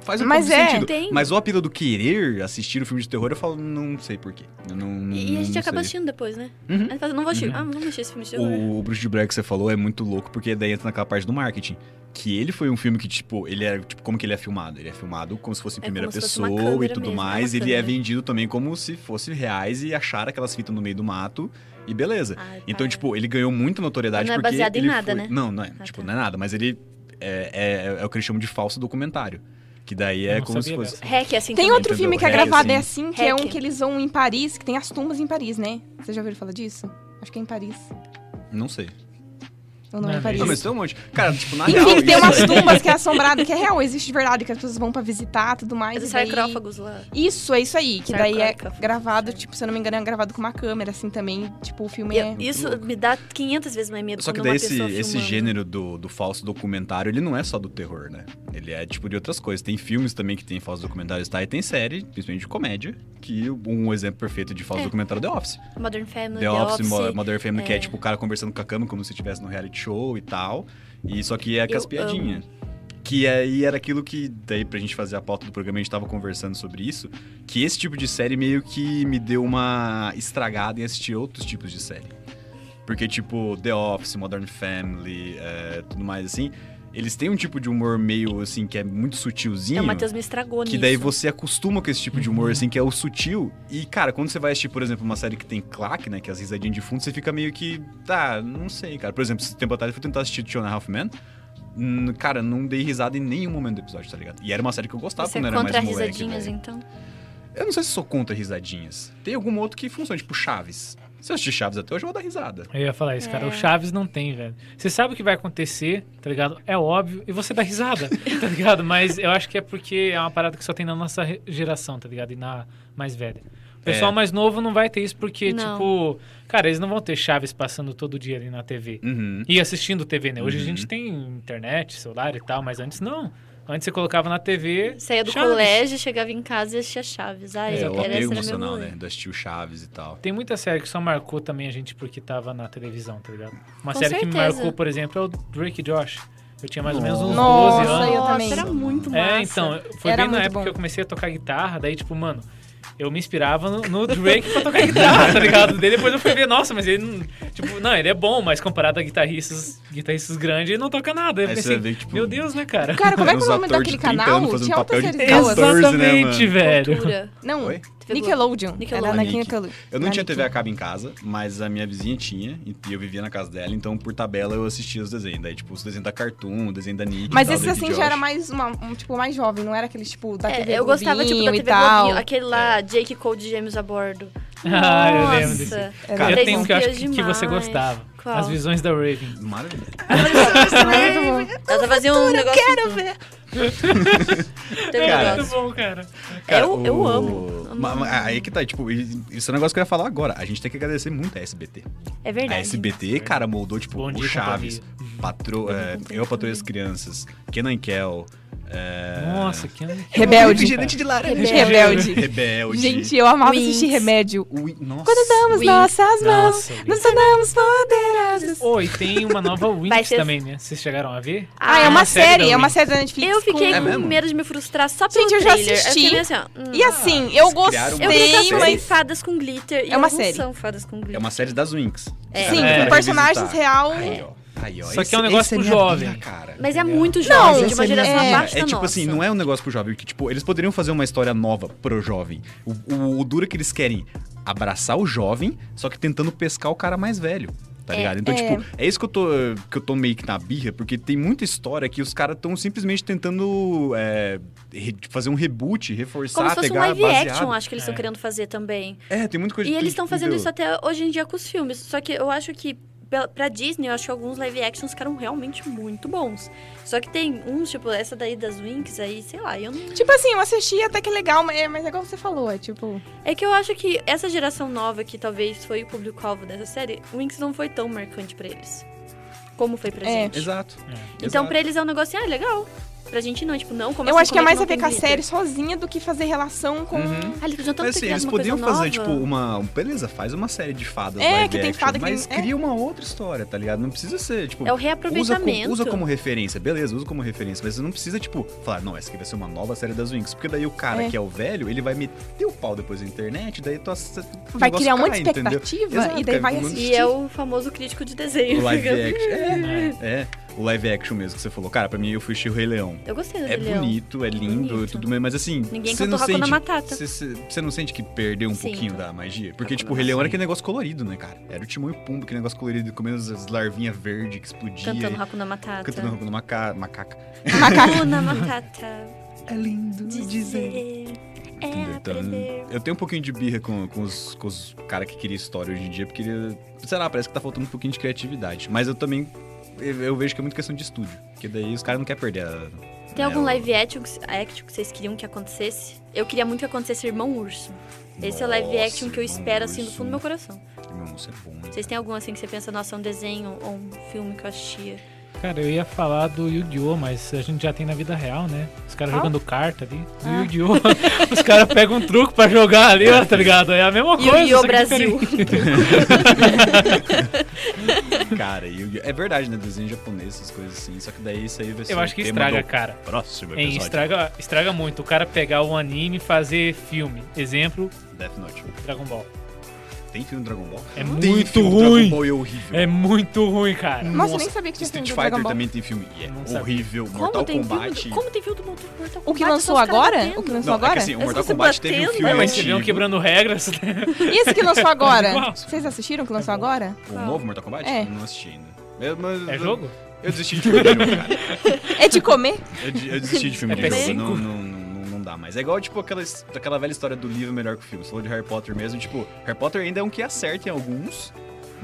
D: faz um
B: Mas
D: pouco de
B: é,
D: sentido.
A: tem.
D: Mas o apelo do querer assistir o filme de terror, eu falo, não sei porquê. Eu não,
A: E, e a gente
D: não
A: acaba
D: sei.
A: assistindo depois, né?
D: Uhum.
A: Aí você fala, Não vou assistir.
C: Uhum.
A: Ah, não vou assistir esse filme de terror.
D: O, o Bruce de Blair que você falou é muito louco, porque daí entra naquela parte do marketing. Que ele foi um filme que, tipo, ele era, tipo, como que ele é filmado? Ele é filmado como se fosse em
A: É
D: primeira
A: como se fosse uma
D: pessoa e
A: câmera
D: tudo
A: mesmo, é uma
D: mais. Ele é
A: câmera.
D: vendido também como se fosse reais e achar aquelas fitas no meio do mato e beleza.
A: Ai,
D: Então,
A: para.
D: tipo, ele ganhou muita notoriedade
A: É. Não é
D: porque
A: baseado em
D: ele
A: nada,
D: foi-
A: né?
D: Não, não é,
A: Ah,
D: tipo,
A: tá.
D: não é nada, mas ele é, é- é o que eles chamam de falso documentário. Que daí é
C: Não
D: como se
C: sabia
D: fosse.
C: dessa.
A: Hack é assim
B: Tem
A: também.
B: outro
D: entendeu?
B: filme que é
D: Hack,
B: gravado,
D: assim.
B: é assim, que é
A: Hack.
B: um que eles vão em Paris, que tem as tumbas em Paris, né? Você já ouviu falar disso? Acho que é em Paris.
D: Não sei.
B: Ou não,
C: Não,
B: é em
C: é
B: Paris.
D: Não, mas tem um monte. Cara, tipo, na real.
B: Enfim, tem
D: isso-
B: umas tumbas que é assombrada, que é real, existe de verdade, que as pessoas vão pra visitar tudo mais.
A: Mas é os
B: e daí-
A: sarcófagos lá.
B: Isso, é isso aí. Que daí é
A: Sarcófago.
B: gravado, tipo, se eu não me engano, é gravado com uma câmera, assim, também. Tipo, o filme é...
A: Eu- isso me dá 500 vezes mais medo
D: Só que
A: quando
D: daí
A: uma
D: esse,
A: pessoa
D: esse
A: filmando.
D: gênero do, do falso documentário, ele não é só do terror, né? Ele é tipo de outras coisas. Tem filmes também que tem falsos documentários, tá? E tem série, principalmente de comédia, que um exemplo perfeito de falso
A: É.
D: documentário é The Office.
A: Modern Family,
D: The, Office, Mo-
A: Office.
D: Mother Family, que é
A: é.
D: tipo o cara conversando com a câmera como se estivesse num reality show e tal. E só que é com
A: Eu
D: as piadinhas. Que aí era aquilo que, daí pra gente fazer a pauta do programa, a gente tava conversando sobre isso. Que esse tipo de série meio que me deu uma estragada em assistir outros tipos de série. Porque, tipo, The Office, Modern Family, é, tudo mais assim, eles têm um tipo de humor meio assim que é muito sutilzinho.
A: Então, o Matheus me estragou
D: Que
A: nisso.
D: daí você acostuma com esse tipo de
A: Uhum.
D: humor, assim, que é o sutil. E, cara, quando você vai assistir, por exemplo, uma série que tem claque, né? Que é as risadinhas de fundo, você fica meio que. Tá, não sei, cara. Por exemplo, esse tempo atrás eu fui tentar assistir Two and a Half Men. hum, Cara, não dei risada em nenhum momento do episódio, tá ligado? E era uma série que eu gostava
A: Você
D: quando
A: é
D: era
A: contra
D: mais moleque. né?
A: risadinhas,
D: velho.
A: então?
D: Eu não sei se sou contra risadinhas. Tem algum outro que funciona, tipo Chaves. Se eu assistir Chaves até hoje, eu vou dar risada.
C: Eu ia falar isso, cara.
A: É.
C: O Chaves não tem, velho. Você sabe o que vai acontecer, tá ligado? É óbvio. E você dá risada, tá ligado? Mas eu acho que é porque é uma parada que só tem na nossa re- geração, tá ligado? E na mais velha. O pessoal
D: É.
C: mais novo não vai ter isso porque,
A: Não.
C: tipo... Cara, eles não vão ter Chaves passando todo dia ali na TV.
D: Uhum.
C: E assistindo TV, né? Hoje
D: Uhum.
C: a gente tem internet, celular e tal, mas antes não. Antes você colocava na TV...
A: Saía do
C: Chaves.
A: colégio, chegava em casa e assistia Chaves. Ai,
D: É,
A: eu quero
D: o apego
A: essa era
D: emocional,
A: meu
D: né? Do assistir o Chaves e tal.
C: Tem muita série que só marcou também a gente porque tava na televisão, tá ligado? Uma
A: Com
C: série que me
A: certeza.
C: marcou, por exemplo, é o Drake e Josh. Eu tinha mais ou menos uns 12
B: Nossa,
C: anos.
B: eu também.
A: era é muito massa.
C: É, então, foi
B: Era
C: bem na
B: muito
C: época
B: bom.
C: que eu comecei a tocar guitarra, daí, tipo, mano, eu me inspirava no, no Drake pra tocar guitarra, tá ligado? Daí depois eu fui ver, nossa, mas ele não. Tipo, não, ele é bom, mas comparado a guitarristas, guitarristas grandes, ele não toca nada. Eu
D: Aí você
C: pensei,
D: vai ver, tipo,
C: meu Deus, né, cara?
B: Cara, como é que é
D: Os
B: o nome
D: atores
B: daquele
D: de 30 anos
B: canal?
D: fazendo
B: Tinha altas
D: papel de
B: séries boas.
D: 14, né, mano?
C: Exatamente, velho.
A: Cultura.
B: assim. Não,
D: Oi?
B: Nickelodeon.
A: Nickelodeon.
B: Era na
D: Ah, Nick.
B: Nickelodeon.
D: Eu não
B: Na
D: tinha TV
B: Nick.
D: a cabo em casa, mas a minha vizinha tinha, e eu vivia na casa dela, então por tabela eu assistia os desenhos. Daí, tipo, os desenhos da Cartoon, o desenho da Nick.
B: Mas
D: tal,
B: esse,
D: David
B: assim, já era
D: Josh.
B: mais, uma, um, tipo, mais jovem. Não era aquele, tipo, da
A: É,
B: TV
A: eu gostava, tipo, da
B: Globinho
A: TV
B: e tal. É.
A: Globinho. Aquele lá, Jake Cole de Gêmeos a Bordo.
C: Ah, eu lembro desse.
A: Nossa.
B: Cara,
C: eu
A: Três
C: tenho um que eu acho
A: Espiãs
C: que, que você
A: Demais.
C: gostava.
A: Qual?
C: As visões da Raven.
D: Maravilhoso.
B: é Muito bom.
A: Ela tá fazendo um negócio... Eu quero ver! Tem um
D: Cara,
A: negócio.
C: bom, cara.
A: eu, eu amo.
D: Ma- ma- Aí que tá, tipo, i- isso é um negócio que eu ia falar agora. A gente tem que agradecer muito a SBT.
A: É
D: A
A: verdade.
D: SBT, cara, moldou, tipo,
C: Bom
D: o
C: dia,
D: Chaves, patro, é, Eu Patroei as Crianças, Kenan Kel, é,
C: Nossa, que
B: Rebelde.
D: Refrigerante de laranja.
B: Rebelde.
D: Rebelde.
B: Gente, eu amava assistir
A: Wings.
B: remédio.
D: Ui, nossa.
B: Quando damos
A: Wings.
B: nossas mãos,
C: Nossa, Wings.
B: nos tornamos poderosos.
C: Oi, tem uma nova
A: Vai
C: Winx
A: ser-
C: também, né? Vocês chegaram a ver?
B: Ah, é
C: Ah,
B: uma
C: série
B: série,
C: da
B: é uma
C: Wings.
B: série da Netflix.
A: Eu fiquei
D: É
A: com
D: mesmo?
A: medo de me frustrar só pelo
B: Gente, eu já
A: trailer.
B: assisti.
A: fiquei meio assim, ó, hum.
B: E assim, eu
D: eles criaram
A: Eu queria que
B: gostei,
A: elas fossem
B: mas...
A: fadas com glitter. e
B: É uma
A: elas não
B: série.
A: são fadas com glitter.
D: É uma série das Winx.
A: É.
B: Sim,
C: É.
B: com personagens
D: Revisitar.
B: real.
D: Aí, ó. Aí, ó.
C: Só que é um
D: Esse-
C: negócio
D: essa
C: pro
D: minha
C: jovem.
D: pira, cara,
A: Mas é
D: entendeu?
A: muito
B: Não,
A: jovem, de
B: essa
A: uma
B: é
A: geração
B: minha-
A: abaixo
D: É
A: da
D: tipo
A: nossa.
D: assim, não é um negócio pro jovem, que tipo, eles poderiam fazer uma história nova pro jovem. O, o, o duro é que eles querem abraçar o jovem, só que tentando pescar o cara mais velho. Tá ligado? Então,
B: É.
D: tipo, é isso que eu tô. que eu tô meio que na birra, porque tem muita história que os caras estão simplesmente tentando é, re- fazer um reboot, reforçar,
A: Como se fosse um
D: pegar
A: live
D: baseado.
A: action, acho que eles estão
C: É.
A: querendo fazer também.
D: É, tem muita coisa
A: E
D: que-
A: eles estão fazendo
D: entendeu?
A: isso até hoje em dia com os filmes. Só que eu acho que pe- pra Disney, eu acho que alguns live actions ficaram realmente muito bons. Só que tem uns, tipo, essa daí das Winx aí, sei lá, eu não...
B: Tipo assim, eu assisti até que é legal, mas é, mas é igual você falou, é tipo...
A: É que eu acho que essa geração nova, que talvez foi o público-alvo dessa série, Winx não foi tão marcante pra eles. Como foi pra
B: É.
A: gente.
D: Exato.
A: Então,
D: Exato.
A: pra eles é um negócio assim, ah, legal. Pra gente não, tipo, não, como
B: eu
A: assim,
B: acho que é
A: como
B: mais
A: não
B: a ver
A: tem
B: com a
A: glitter?
B: série sozinha do que fazer relação com...
D: Uhum.
A: Ah, eles podiam tanto
D: Mas
A: ter
D: assim,
A: criado
D: eles
A: uma
D: podiam
A: coisa
D: fazer,
A: nova. É
D: tipo, uma. Beleza, faz uma série de fadas
B: É,
D: live
B: que tem
D: action,
B: fada que
D: mas
B: tem- é.
D: cria uma outra história, tá ligado? Não precisa ser, tipo.
A: É o
D: Usa, co-
A: reaproveitamento.
D: usa como referência, beleza, usa como referência, mas você não precisa, tipo, falar, não, essa aqui vai ser uma nova série das Winx, porque daí o cara
B: É.
D: que é o velho, ele vai meter o pau depois na internet, daí tu ass- o
B: Vai
D: negócio
B: criar um monte
D: cai,
B: de
D: entendeu?
B: expectativa
D: Exato,
B: e daí
D: cara,
B: vai
D: um monte de-
A: E
B: assistir.
A: é o famoso crítico de desenho. né?
D: O live
A: fica-
D: action.
A: Ah.
D: É,
C: É.
D: é, o live action mesmo que você falou. Cara, pra mim eu fui assistir o Rei Leão.
A: Eu gostei do
D: É
A: Leão.
D: bonito, é lindo,
A: Bonito.
D: tudo bem, mas assim,
A: Ninguém
D: você não
A: cantou Hakuna
D: sente.
A: Matata.
D: você- Você você não sente que perdeu um
A: Sinto.
D: pouquinho da magia? Porque,
A: Hakuna
D: tipo, o Rei Leão
C: Matata.
D: era aquele negócio colorido, né, cara? Era o Timão e o Pumba, aquele negócio colorido, comendo as larvinhas verdes que explodia.
A: Cantando
D: e-
A: Hakuna Matata.
D: Cantando Hakuna Maca- macaca.
A: Hakuna Matata.
D: É lindo
A: Dizer é
D: Entendeu? Então,
A: aprender.
D: eu tenho um pouquinho de birra com, com os, com os caras que queriam história hoje em dia, porque, sei lá, parece que tá faltando um pouquinho de criatividade. Mas eu também, eu, eu vejo que é muito questão de estúdio, porque daí os caras não querem perder a...
A: Tem algum
D: o-
A: live action que, action que vocês queriam que acontecesse? Eu queria muito que acontecesse Irmão Urso. Esse é o live
D: Nossa,
A: action que eu
D: irmão,
A: espero, assim, do
D: isso-
A: fundo do meu coração.
D: Irmão, isso é bom. hein?
A: Vocês têm algum, assim, que você pensa, nossa, é um desenho ou um filme que eu assistia?
C: Cara, eu ia falar do Yu-Gi-Oh!, mas a gente já tem na vida real, né? Os caras
B: Qual?
C: jogando carta ali. Do
B: Ah.
C: Yu-Gi-Oh! Os caras pegam um truco pra jogar ali, ó, tá ligado? É a mesma coisa.
A: E
C: só
A: o
C: que
A: Brasil.
C: diferente.
D: Cara, e o- é verdade, né? Desenho japonês, essas coisas assim. Só que daí isso aí vai ser
C: Eu
D: o
C: acho que
D: tema
C: estraga,
D: do
C: cara.
D: próximo
C: É,
D: episódio.
C: estraga, estraga muito. O cara pegar um anime e fazer filme. Exemplo,
D: Death Note.
C: Dragon Ball.
D: Tem filme do Dragon Ball?
C: É
D: Tem
C: muito
D: filme do Dragon
C: ruim.
D: Ball e é horrível.
C: É muito ruim, cara.
B: Nossa, eu nem sabia que tinha
D: Street
B: filme do
D: Fighter
B: Dragon Ball.
D: também tem filme. E é
C: Não sabia.
D: horrível.
A: Como
D: Mortal
A: tem, filme
D: Kombat.
A: do, como tem filme do Mortal Kombat?
B: O que
A: só
B: lançou
A: os caras
B: agora?
A: batendo?
B: O que lançou
D: Não, é
B: agora?
D: que assim, o
A: Parece
D: Mortal
A: você
D: Kombat teve um
A: batendo,
D: filme
A: né?
C: Ué, mas
D: antigo.
C: vocês viram quebrando regras? né?
B: E esse que lançou agora?
C: Igual.
B: Vocês assistiram o que lançou agora?
D: O
A: Ah.
D: novo Mortal Kombat?
B: É.
D: Eu Não assisti ainda. Eu- mas-
C: É jogo?
D: Eu desisti de filme de jogo, cara.
B: É de comer?
D: Eu, de- eu desisti de filme
C: É
D: de jogo.
A: PS5?
D: Não, não, não, não dá mais. É igual, tipo, aquela, his- aquela velha história do livro melhor que o filme. Você falou de Harry Potter mesmo. Tipo, Harry Potter ainda é um que acerta em alguns,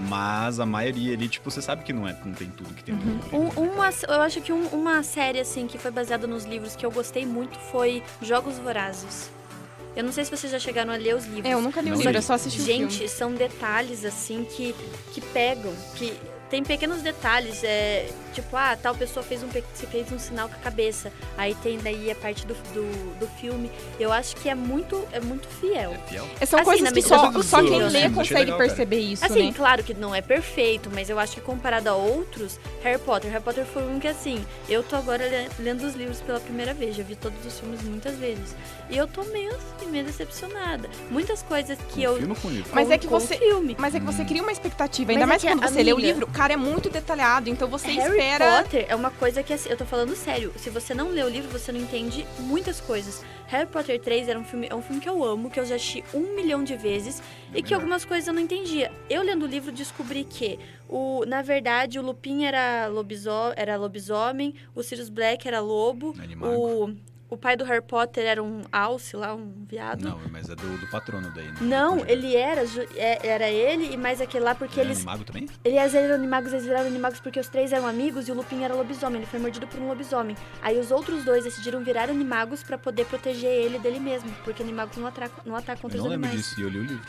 D: mas a maioria ali, tipo, você sabe que não, é, não tem tudo que tem no livro.
A: Um- uma, eu acho que um- uma série, assim, que foi baseada nos livros que eu gostei muito foi Jogos Vorazes. Eu não sei se vocês já chegaram a ler os livros.
B: É, eu nunca li o
D: Não
B: livro,
D: li.
B: eu só assisti o
A: Gente,
B: filme.
A: são detalhes, assim, que, que pegam, que... Tem pequenos detalhes, é, tipo, ah, tal pessoa fez um, pe- fez um sinal com a cabeça. Aí tem daí a parte do, do, do filme. Eu acho que é muito, é muito fiel.
D: É fiel.
B: São
A: assim,
B: coisas
A: na
B: que
A: medida
B: só,
A: do
B: só quem
A: possível,
B: lê
A: né?
B: consegue
D: Achei legal, cara.
B: perceber isso,
A: Assim,
B: né?
A: claro que não é perfeito, mas eu acho que comparado a outros, Harry Potter. Harry Potter foi um que, assim, eu tô agora le- lendo os livros pela primeira vez, já vi todos os filmes muitas vezes. E eu tô meio, assim, meio decepcionada. Muitas coisas que
D: Com o
A: eu.
D: Um filme ou com o livro?
B: Mas é que
A: com o
B: você-
A: Filme.
B: Mas é que você cria uma expectativa,
A: Mas
B: ainda
A: é
B: mais
A: que,
B: quando você lê o
A: amiga,
B: livro, cara, é muito detalhado, então você
A: Harry
B: espera...
A: Potter é uma coisa que, assim, eu tô falando sério, se você não lê o livro, você não entende muitas coisas. Harry Potter 3 era um filme, é um filme que eu amo, que eu já assisti um milhão de vezes,
D: É
A: E que
D: melhor.
A: algumas coisas eu não entendia. Eu lendo o livro descobri que, o, na verdade, o
D: né,
A: Lupin era, lobiso, era lobisomem, o Sirius Black era lobo,
D: Animago.
A: o, o pai do Harry Potter era um alce lá, um viado.
D: Não, mas é do, do patrono daí, né?
A: Não,
D: Conjugal.
A: ele era, ju- é- era ele e mais aquele lá, porque
D: Ele é
A: eles,
D: animago também?
A: eles eram animagos, eles viraram animagos porque os três eram amigos e o Lupin era lobisomem, ele foi mordido por um lobisomem. Aí os outros dois decidiram virar animagos pra poder proteger ele dele mesmo, porque animagos não atacam, não atacam
D: Eu
A: outros
D: não lembro
A: animais.
D: disso e eu li o livro.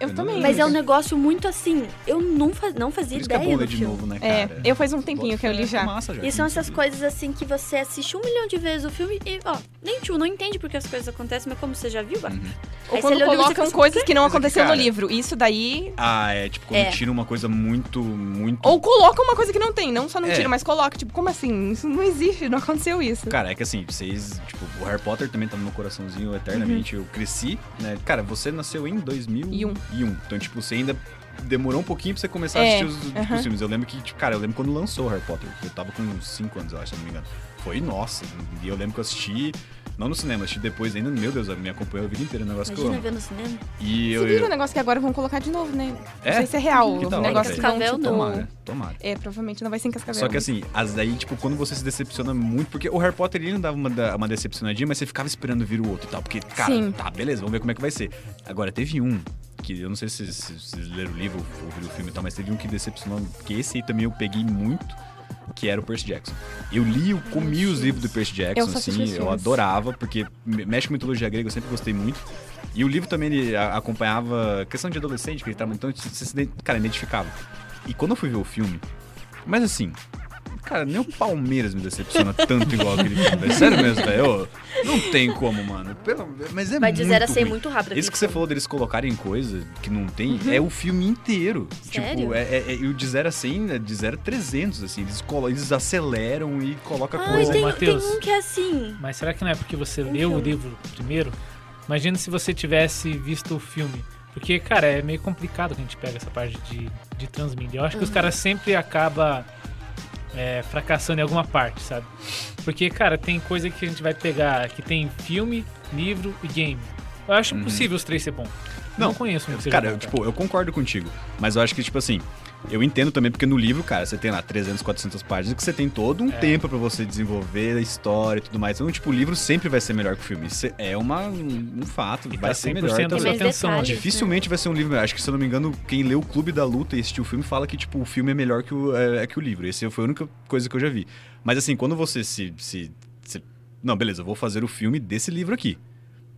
B: Eu,
D: Eu não
B: também.
D: lembro
A: Mas é um negócio muito assim, eu não, fa- não fazia
D: Por isso que é
A: ideia
D: bom
A: do
D: ler de
A: filme.
D: novo, né,
B: É,
D: cara?
B: eu faz um tempinho que eu li já.
D: Massa já
A: E são
D: que
A: essas
D: eu li.
A: coisas assim que você assiste um milhão de vezes o filme e, ó, nem tu não entende porque as coisas acontecem, mas como você já viu, ó.
B: Ou
D: Uhum.
A: Aí
D: é
A: você assim,
B: quando
A: lê o livro, você
B: colocam
A: fica-
B: coisas que não
D: Mas é que,
B: aconteceu no
D: cara-
B: livro. Isso daí.
D: Ah, é, tipo, quando
A: É.
D: tira uma coisa muito, muito...
B: Ou coloca uma coisa que não tem, não só não
D: É.
B: tira, mas coloca. Tipo, como assim? Isso não existe, não aconteceu isso.
D: Cara, é que assim, vocês, tipo, o Harry Potter também tá no meu coraçãozinho
B: Uhum.
D: eternamente. Eu cresci, né? Cara, você nasceu em 2001. Então, tipo, você ainda demorou um pouquinho pra você começar
B: É,
D: a assistir os, tipo, os
B: aham.
D: filmes. Eu lembro que, tipo, cara, eu lembro quando lançou o Harry Potter. Eu tava com 5 anos, eu acho, se não me engano. Foi, nossa. E eu lembro que eu assisti, não no cinema, eu assisti depois ainda. Meu Deus, me acompanhou a vida inteira, um negócio
A: Imagina
D: que eu amo.
A: ver no cinema.
D: E
B: Você
D: eu...
B: viu o negócio que agora vão colocar de novo, né?
D: É?
B: Não sei se é real.
D: Que da
B: O
D: hora,
B: negócio
D: velho.
B: que vão,
A: Cascavel,
B: tipo...
A: não.
D: Tomara, tomara.
B: É, provavelmente não vai ser em Cascavel.
D: Só que assim, as daí, tipo, quando você se decepciona muito, porque o Harry Potter ele não dava uma, da- uma decepcionadinha, mas você ficava esperando vir o outro e tal. Porque, cara,
B: Sim.
D: tá, beleza, vamos ver como é que vai ser. Agora, teve um, que eu não sei se se- se vocês leram o livro ou viram o filme e tal, mas teve um que decepcionou, porque esse aí também eu peguei muito, que era o Percy Jackson. Eu li, eu comi os livros do Percy
B: Eu
D: Jackson,
B: só assisti
D: assim,
B: os
D: eu
B: filmes.
D: adorava, porque me- mexe com mitologia grega, eu sempre gostei muito. E o livro também ele a- acompanhava questão de adolescente, que ele tava, então você se, iden- cara, identificava. E quando eu fui ver o filme, mas assim, cara, nem o Palmeiras me decepciona tanto igual aquele filme. velho. Sério mesmo, velho. Ô, Não tem como, mano. Pelo- Mas é
A: Vai
D: muito
A: de 0 a 100
D: ruim.
A: muito rápido.
D: Isso que você falou deles colocarem coisa que não tem, é o filme inteiro.
A: Sério?
D: Tipo, é, é, é- e o de 0 a 100, é de 0 a 300, assim. Eles, colo- eles aceleram e colocam
A: Ah,
D: coisa.
A: tem, tem
C: Matheus.
A: um que é assim.
C: Mas será que não é porque você leu o
A: Um filme.
C: livro primeiro? Imagina se você tivesse visto o filme. Porque, cara, é meio complicado que a gente pega essa parte de, de transmídia. Eu acho que os caras sempre acabam é, fracassando em alguma parte, sabe? Porque, cara, tem coisa que a gente vai pegar que tem filme, livro e game. Eu acho impossível os três ser bom. Não,
D: Uhum. Não,
C: não conheço um que seja
D: Cara,
C: bom,
D: eu, tipo, eu concordo contigo. Mas eu acho que, tipo assim, eu entendo também, porque no livro, cara, você tem lá 300, 400 páginas, que você tem todo
C: É.
D: um tempo pra você desenvolver a história e tudo mais. Então, tipo, o livro sempre vai ser melhor que o filme. Isso é uma, um, um fato,
C: E
D: vai
C: tá
D: ser melhor.
C: 100% da
D: Então,
C: sua
A: Mas
C: atenção.
A: detalhes,
C: ali.
D: Dificilmente vai ser um livro melhor. Acho que, se eu não me engano, quem leu o Clube da Luta e assistiu o filme fala que, tipo, o filme é melhor que o, é, é que o livro. Essa foi a única coisa que eu já vi. Mas, assim, quando você se... se, se- Não, beleza, eu vou fazer o filme desse livro aqui.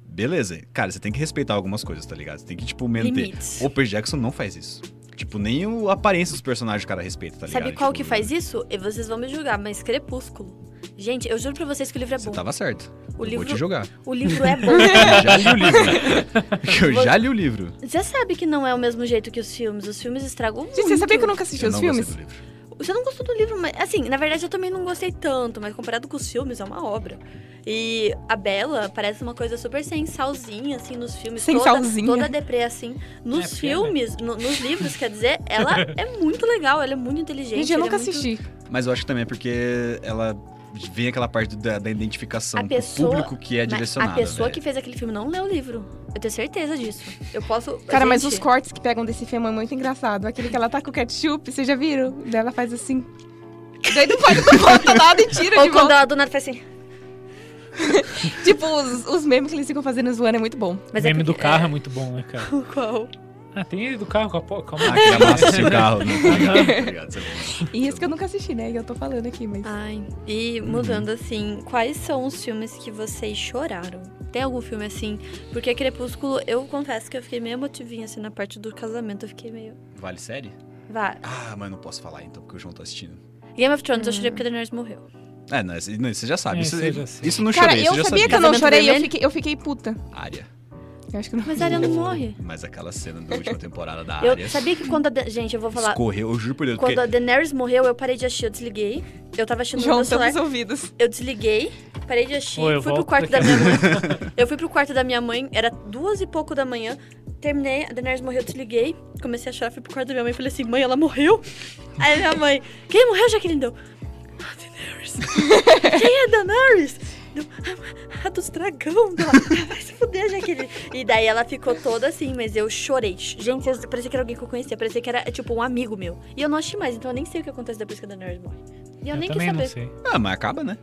D: Beleza. Cara, você tem que respeitar algumas coisas, tá ligado? Você tem que, tipo, manter.
A: Limites.
D: O Percy Jackson não faz isso. Tipo, nem o- a aparência dos personagens o cara respeita, tá ligado?
A: Sabe qual
D: Tipo,
A: que faz isso? E vocês vão me julgar, mas Crepúsculo. Gente, eu juro pra vocês que o livro é
D: Você tá um
A: bom.
D: tava certo.
A: O
D: eu
A: livro-
D: vou te jogar.
A: O livro é bom.
D: Eu já li o livro. eu já li o livro.
A: Você sabe que não é o mesmo jeito que os filmes. Os filmes estragam muito.
B: Gente, você sabia que eu nunca assisti
D: Eu
B: os
D: não gostei
B: filmes?
D: do livro.
A: Você não gostou do livro, mas... Assim, na verdade eu também não gostei tanto, mas comparado com os filmes, é uma obra. E a Bela parece uma coisa super sensalzinha, assim, nos filmes.
B: Sem
A: toda,
B: salzinha.
A: toda deprê, assim. Nos
C: É, porque é, né?
A: filmes, no- nos livros, quer dizer, ela é muito legal, ela é muito inteligente.
B: Gente, eu
A: ela
B: nunca
A: é muito-
B: assisti.
D: Mas eu acho que também é porque ela vem aquela parte da, da identificação
A: A
D: do
A: pessoa-
D: público que é
A: Mas
D: direcionada.
A: A pessoa
D: velho.
A: que fez aquele filme não leu o livro. Eu tenho certeza disso. Eu posso.
B: Cara, mas
A: Gente,
B: os cortes que pegam desse filme é muito engraçado. Aquele que ela tá com ketchup, vocês já viram? Daí ela faz assim. Daí não faz não volta nada e tira de
A: Ou quando
B: volta.
A: a dona faz assim.
B: Tipo, os, os memes que eles ficam fazendo zoando é muito bom.
A: Mas
C: o meme
A: é
C: do
A: porque-
C: carro é muito bom, né, cara?
A: é, Qual?
C: Ah, tem ele do carro com a pó. Calma
D: Ah, que amassa assim o carro. Né? Obrigado, você é bom.
B: E isso que eu nunca assisti, né? E eu tô falando aqui, mas.
A: Ai. E mudando assim, quais são os filmes que vocês choraram? Tem algum filme assim? Porque Crepúsculo, eu confesso que eu fiquei meio emotivinha assim na parte do casamento. Eu fiquei meio.
D: Vale série?
A: Vá.
D: Ah, mas não posso falar então, porque o João tá assistindo.
A: Game of Thrones, eu chorei porque a Daenerys morreu.
D: É, não, esse- não, você já sabe.
C: É,
D: isso,
C: isso eu já sei.
D: isso eu não
B: Cara,
D: chorei,
B: eu
D: você já
B: sabia
D: sabia.
B: que eu não
A: Casamento
B: chorei, eu
A: Vermelho?
B: fiquei, eu fiquei puta.
D: Área.
B: Eu acho que não.
A: Mas a Arya não morre.
D: Mas aquela cena da última temporada da área.
A: Eu sabia que quando a. Da- Gente, eu vou falar.
D: Escorreu, eu juro por Deus.
A: Quando a
D: porque-
A: Daenerys morreu, eu parei de assistir, eu desliguei. Eu tava assistindo no
B: João,
A: meu celular.
B: estamos ouvidos.
A: Eu desliguei, parei de assistir,
C: Ou eu
A: fui pro
C: volto
A: quarto da
C: daqui
A: minha mãe. eu fui pro quarto da minha mãe, era duas e pouco da manhã. Terminei, a Daenerys morreu, eu desliguei. Comecei a chorar, fui pro quarto da minha mãe e falei assim, mãe, ela morreu? Aí minha mãe, quem morreu, Jaqueline? Deu, a Daenerys. quem é a Daenerys? Deu, a dos dragão. Deu, vai se fuder, Jaqueline. E daí ela ficou toda assim, mas eu chorei. Gente, eu- parecia que era alguém que eu conhecia, parecia que era tipo um amigo meu. E eu não assisti mais, então eu nem sei o que acontece depois que a Daenerys morre. E eu,
C: Eu
A: nem quis
C: também
A: saber.
C: não sei.
D: Ah, mas acaba, né?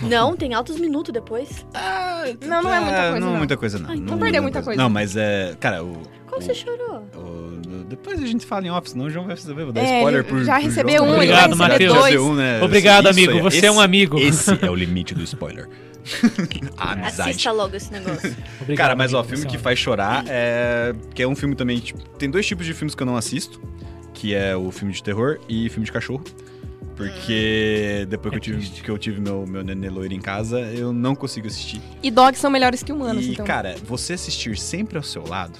A: Não, tem altos minutos depois.
B: Não, não é muita
D: Ah,
B: coisa,
D: Não é
B: não.
D: muita coisa, não.
A: Ah, então
D: Não é
B: perdeu muita coisa.
D: Não, mas é. Cara, o.
A: Como
D: o-
A: você chorou?
D: o- Depois a gente fala em office, senão o João vai saber. Vou dar
B: É,
D: spoiler
B: ele
D: por.
B: já
D: por
B: recebeu
D: João.
B: um,
C: ele vai Obrigado, receber Matheus. dois.
D: Já recebeu um, né?
C: Obrigado,
D: Isso
C: amigo.
D: é-
C: Você
D: esse-
C: é um amigo.
D: Esse é o limite do spoiler. A amizade.
A: Assista logo esse negócio.
C: Obrigado,
D: Cara, mas ó,
C: amigo,
D: filme
C: você é
D: que
C: um-
D: faz chorar é. Que é um filme também. Tipo, tem dois tipos de filmes que eu não assisto: que é o filme de terror e filme de cachorro.
B: Hum.
D: Porque depois que,
C: É
D: eu tive,
C: triste.
D: que eu tive meu, meu nenê loiro em casa, eu não consigo assistir.
B: E dogs são melhores que humanos,
D: e,
B: então.
D: cara, você assistir sempre ao seu lado.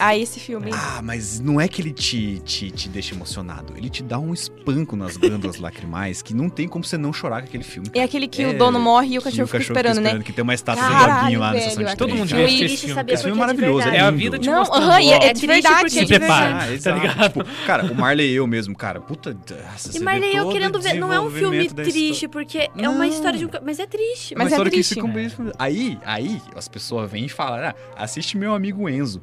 B: Ah, esse filme.
D: Ah, mas não é que ele te, te, te deixa emocionado. Ele te dá um espanco nas glândulas lacrimais que não tem como você não chorar com aquele filme.
B: É aquele que
D: É,
B: o dono morre e o
D: Que
B: cachorro, fica esperando, né?
D: Que tem uma estátua
B: Caralho,
D: do doguinho lá na
B: velho,
D: estação de
B: eu
C: Todo
D: trem,
C: mundo
D: cara.
C: devia
A: Juíri,
C: assistir esse
A: você
C: filme.
A: sabia
D: Esse
C: cara.
D: filme é
A: porque é de
D: maravilhoso,
A: verdade.
C: É a
D: lindo.
C: vida te
B: Não,
C: mostrando.
B: aham, e
C: ó,
B: é
A: triste
B: de verdade,
A: porque
B: é
C: se
B: de
C: prepara.
B: verdade.
D: Ah, exato.
C: Tá ligado?
D: Tipo, cara, o Marley eu mesmo, cara, puta. Nossa,
A: E
D: você vê
A: Marley, eu
D: todo
A: querendo
D: o
A: ver. Não é um filme
D: desenvolvimento da histó-
A: triste, porque é uma
D: Não.
A: história de um. ca- Mas é triste.
D: Uma
B: Mas é
D: história que
B: triste.
D: ficam bem- Aí, aí, as pessoas vêm e falam: ah, assiste meu amigo Enzo,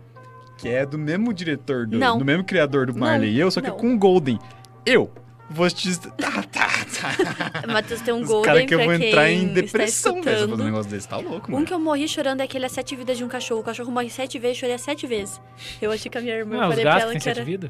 D: que é do mesmo diretor, do,
A: Não.
D: do mesmo criador do
B: Não,
D: Marley e eu, só que
A: não.
D: com o Golden. Eu vou te. Tá, tá, tá.
A: Matheus tem um
D: Os
A: Golden
D: cara que eu
A: pra
D: vou
A: quem
D: entrar em
A: está
D: depressão mesmo
A: escutando.
D: fazer um negócio desse. Tá louco,
A: Um
D: mano.
A: que eu morri chorando é aquele As Sete Vidas de um Cachorro. O cachorro morre sete vezes, chorei as sete vezes. Eu achei que a minha irmã, eu
C: Ah, os
A: falei pra
C: gatos
A: ela
C: têm
A: que
C: sete
A: era...
C: vidas?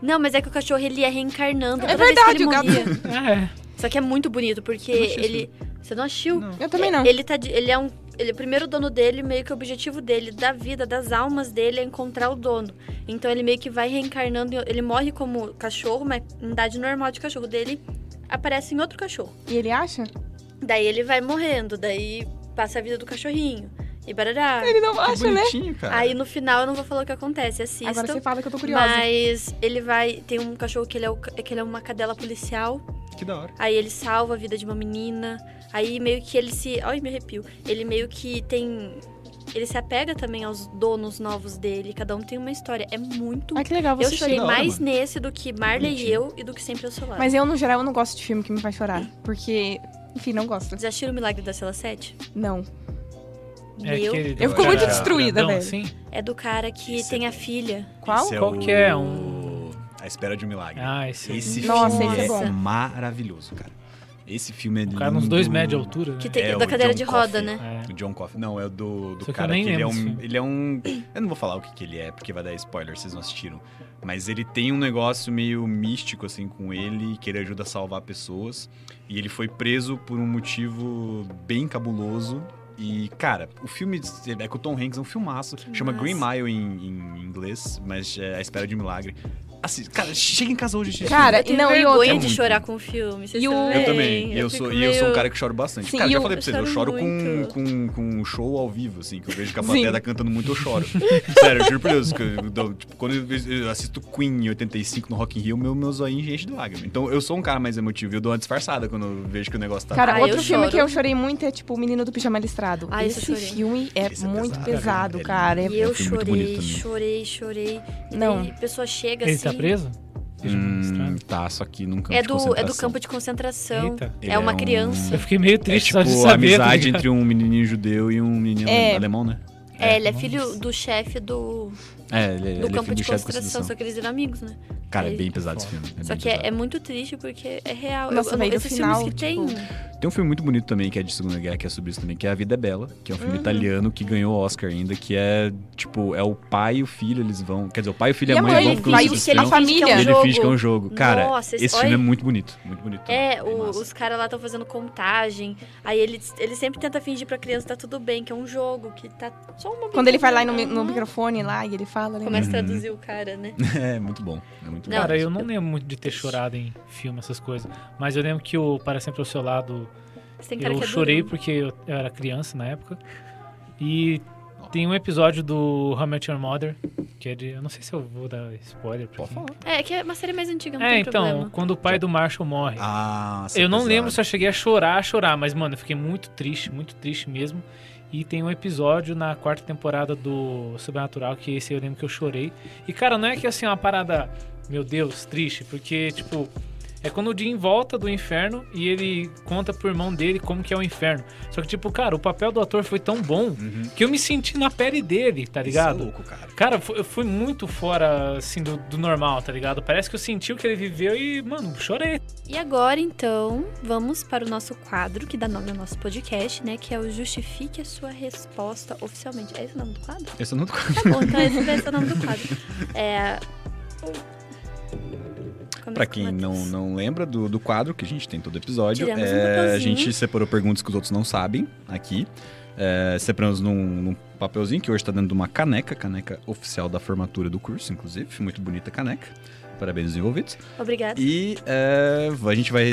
A: Não, mas é que o cachorro, ele ia reencarnando toda
B: É
A: vez que
B: verdade,
A: ele
B: o gato-
A: morria.
C: Ah, é.
A: Só que é muito bonito, porque
D: Eu não assisti
A: ele... Você não assistiu?
D: Não.
B: Eu também não.
A: Ele, tá de- ele é um... Ele é o primeiro dono dele, meio que o objetivo dele, da vida, das almas dele, é encontrar o dono. Então ele meio que vai reencarnando, ele morre como cachorro, mas na idade normal de cachorro dele, aparece em outro cachorro.
B: E ele acha?
A: Daí ele vai morrendo, daí passa a vida do cachorrinho. E barará.
B: Ele não
D: Que
B: acha, né?
D: bonitinho, cara.
A: Aí no final eu não vou falar o que acontece, assistam.
B: Agora você fala que eu tô curiosa.
A: mas ele vai. Tem um cachorro que ele, é o- que ele é uma cadela policial.
D: Que da hora.
A: Aí ele salva a vida de uma menina. Aí meio que ele se. Ai, me arrepio. Ele meio que tem. Ele se apega também aos donos novos dele. Cada um tem uma história. É muito.
B: Ah, que legal, vou
A: eu
B: assistir.
A: chorei
D: da hora,
A: mais
D: mano.
A: nesse do que Marley e
D: Bonitinho.
A: eu e do que sempre ao seu lado.
B: Mas eu, no geral, eu não gosto de filme que me faz chorar. Porque, enfim, não gosto.
A: Já assistiram o Milagre da Sela 7?
B: Não.
C: É
A: Meu.
C: aquele
B: Eu
C: do
B: fico
C: cara
B: muito destruída,
C: grandão,
B: velho.
C: Assim?
A: É do cara que
D: Esse
A: tem
D: é
A: a filha.
B: Qual?
D: Esse
C: Qual que é?
D: o- A Espera de um Milagre.
C: Ah, esse aí.
D: Esse
B: Nossa,
D: filme
A: esse é
D: é,
A: bom.
D: maravilhoso, cara. Esse filme é
C: O
D: lindo.
C: cara uns dois metros de altura, né?
A: Que tem
D: É,
A: da
D: o
A: cadeira
D: John
A: de roda,
D: Coffey.
A: né?
C: É.
D: O John Coffey. Não, é o do, do
C: Só que eu
D: cara que,
C: nem
D: ele é
C: lembro desse
D: um.
C: filme.
D: Ele é um. Eu não vou falar o que, que ele é, porque vai dar spoiler, vocês não assistiram. Mas ele tem um negócio meio místico, assim, com ele, que ele ajuda a salvar pessoas. E ele foi preso por um motivo bem cabuloso. E, cara, o filme é com o Tom Hanks, é um filmaço. chama
A: massa.
D: Green Mile em, em inglês, mas é A Espera de um Milagre. Assim, cara, chega em casa hoje. assiste esse
B: Cara,
A: Eu tenho
B: não, e
A: vergonha
B: outra.
D: É
A: de
D: muito.
A: chorar com o filme. Vocês
B: E o-
A: também.
D: eu também. Eu,
A: É, fico
D: sou, e eu sou um
A: meio-
D: cara que choro bastante.
B: Sim,
D: cara, já
B: eu-
D: falei pra
A: eu
D: vocês, eu
A: choro
D: choro com,
A: muito.
D: com, com show ao vivo, assim, que eu vejo que a
B: Sim.
D: plateia tá cantando muito, eu choro. Sério, eu juro por Deus. que eu dou- tipo, quando eu vejo- eu assisto Queen em 85 no Rock in Rio, meu, meu zoinho enche de lágrima. Então eu sou um cara mais emotivo e eu dou uma disfarçada quando eu vejo que o negócio tá.
B: Cara,
A: Ah, eu
B: outro filme
A: choro.
B: que eu chorei muito é, tipo, O Menino do Pijama Listrado.
A: Ah, esse eu
B: Esse
A: chorei.
B: filme é
D: Esse é
B: muito
D: pesado,
B: pesado,
D: cara.
B: cara. É-
A: E
D: É um
A: eu
D: filme muito
A: chorei,
D: bonito também.
A: chorei, chorei. E
B: Não.
A: daí a pessoa chega
C: Ele
A: assim.
C: tá preso? Deixa eu
D: Hum,
C: mostrar.
D: tá, só que num campo
A: é
D: de
A: do, é do
D: concentração.
A: campo de concentração.
C: Eita.
A: É
D: Ele
A: uma
D: um-
A: criança.
C: Eu fiquei meio
D: É
C: triste
D: tipo
C: só de
D: a
C: saber. tá
D: amizade
C: ligado?
D: entre um menininho judeu e um menino
B: É.
D: alemão, né?
A: É, ele é
C: nossa.
A: filho do chefe do,
D: É, ele,
A: do
D: ele é
A: campo
D: filho
A: de
D: do chefe da
A: concentração, só que eles eram amigos, né?
D: Cara, é
A: Ele-
D: bem pesado esse filme.
A: só
D: bem
A: que é,
D: pesado.
A: é muito triste porque é real. Eu-
B: Nossa,
A: eu, não-
B: velho, no
A: esses
B: final, tipo,
A: filmes que tem.
D: Tem um filme muito bonito também, que é de Segunda Guerra, que é sobre isso também, que é A Vida é Bela, que é um filme italiano que ganhou Oscar ainda, que é, tipo, é o pai e o filho, eles vão. Quer dizer, o pai e o filho e a mãe,
A: mãe,
D: vão
A: ele
D: ficando
A: finge
B: é vai
A: que
D: se
A: ele
B: na
D: assustando,
A: finge que é um
B: família.
D: e ele
A: jogo.
D: finge que é um jogo. Cara,
A: Nossa,
D: esse
A: esse-
D: filme é
A: olha-
D: muito bonito, muito bonito.
A: É,
D: Bem
A: o-
D: massa.
A: os caras lá estão fazendo contagem. Aí ele, ele sempre tenta fingir pra criança que tá tudo bem, que é um jogo, que tá só uma
B: Quando ele vai lá no, mi- no
A: brincadeira.
B: microfone lá e ele fala,
A: é
B: né?
A: Começa a
D: Uhum.
A: traduzir o cara, né?
D: É muito bom, é muito bom.
C: Cara, eu não
A: eu-
C: lembro muito de ter chorado em filme, essas coisas. Mas eu lembro que o Para Sempre ao Seu Lado,
A: Você tem cara
C: eu
A: que é
C: chorei
A: durão.
C: porque eu eu era criança na época. E tem um episódio do How I Met Your Mother, que é de... Eu não sei se eu vou dar spoiler. pra
D: Pode
C: quem-
D: falar.
A: É, que é uma série mais antiga, não
C: É,
A: tem
C: então,
A: problema.
C: quando o pai do Marshall morre.
D: Ah,
C: Eu não lembro se eu cheguei a chorar, a chorar, mas, mano, eu fiquei muito triste, muito triste mesmo. E tem um episódio na quarta temporada do Sobrenatural, que esse eu lembro que eu chorei. E, cara, não é que assim, é uma parada, meu Deus, triste, porque, tipo, É quando o Jim volta do inferno e ele conta pro irmão dele como que é o inferno. Só que, tipo, cara, o papel do ator foi tão bom que eu me senti na pele dele, tá ligado?
D: Isso Uhum. é louco, cara.
C: Cara, fo- eu fui muito fora, assim, do, do normal, tá ligado? Parece que eu senti o que ele viveu e, mano, chorei.
A: E agora, então, vamos para o nosso quadro que dá nome ao nosso podcast, né? Que é o Justifique a Sua Resposta Oficialmente. É esse o nome do quadro?
D: Esse eu não tô...
A: Tá bom, então esse vai ser o nome do quadro. É. Começa
D: Pra
A: com o
D: quem não,
A: Matheus.
D: não lembra do, do quadro que a gente tem todo episódio,
A: Tiramos um
D: é, a
A: papelzinho.
D: gente separou perguntas que os outros não sabem aqui. É, separamos num, num papelzinho que hoje tá dentro de uma caneca, caneca oficial da formatura do curso, inclusive. Muito bonita a caneca. Parabéns aos envolvidos.
A: Obrigada.
D: E é, a gente vai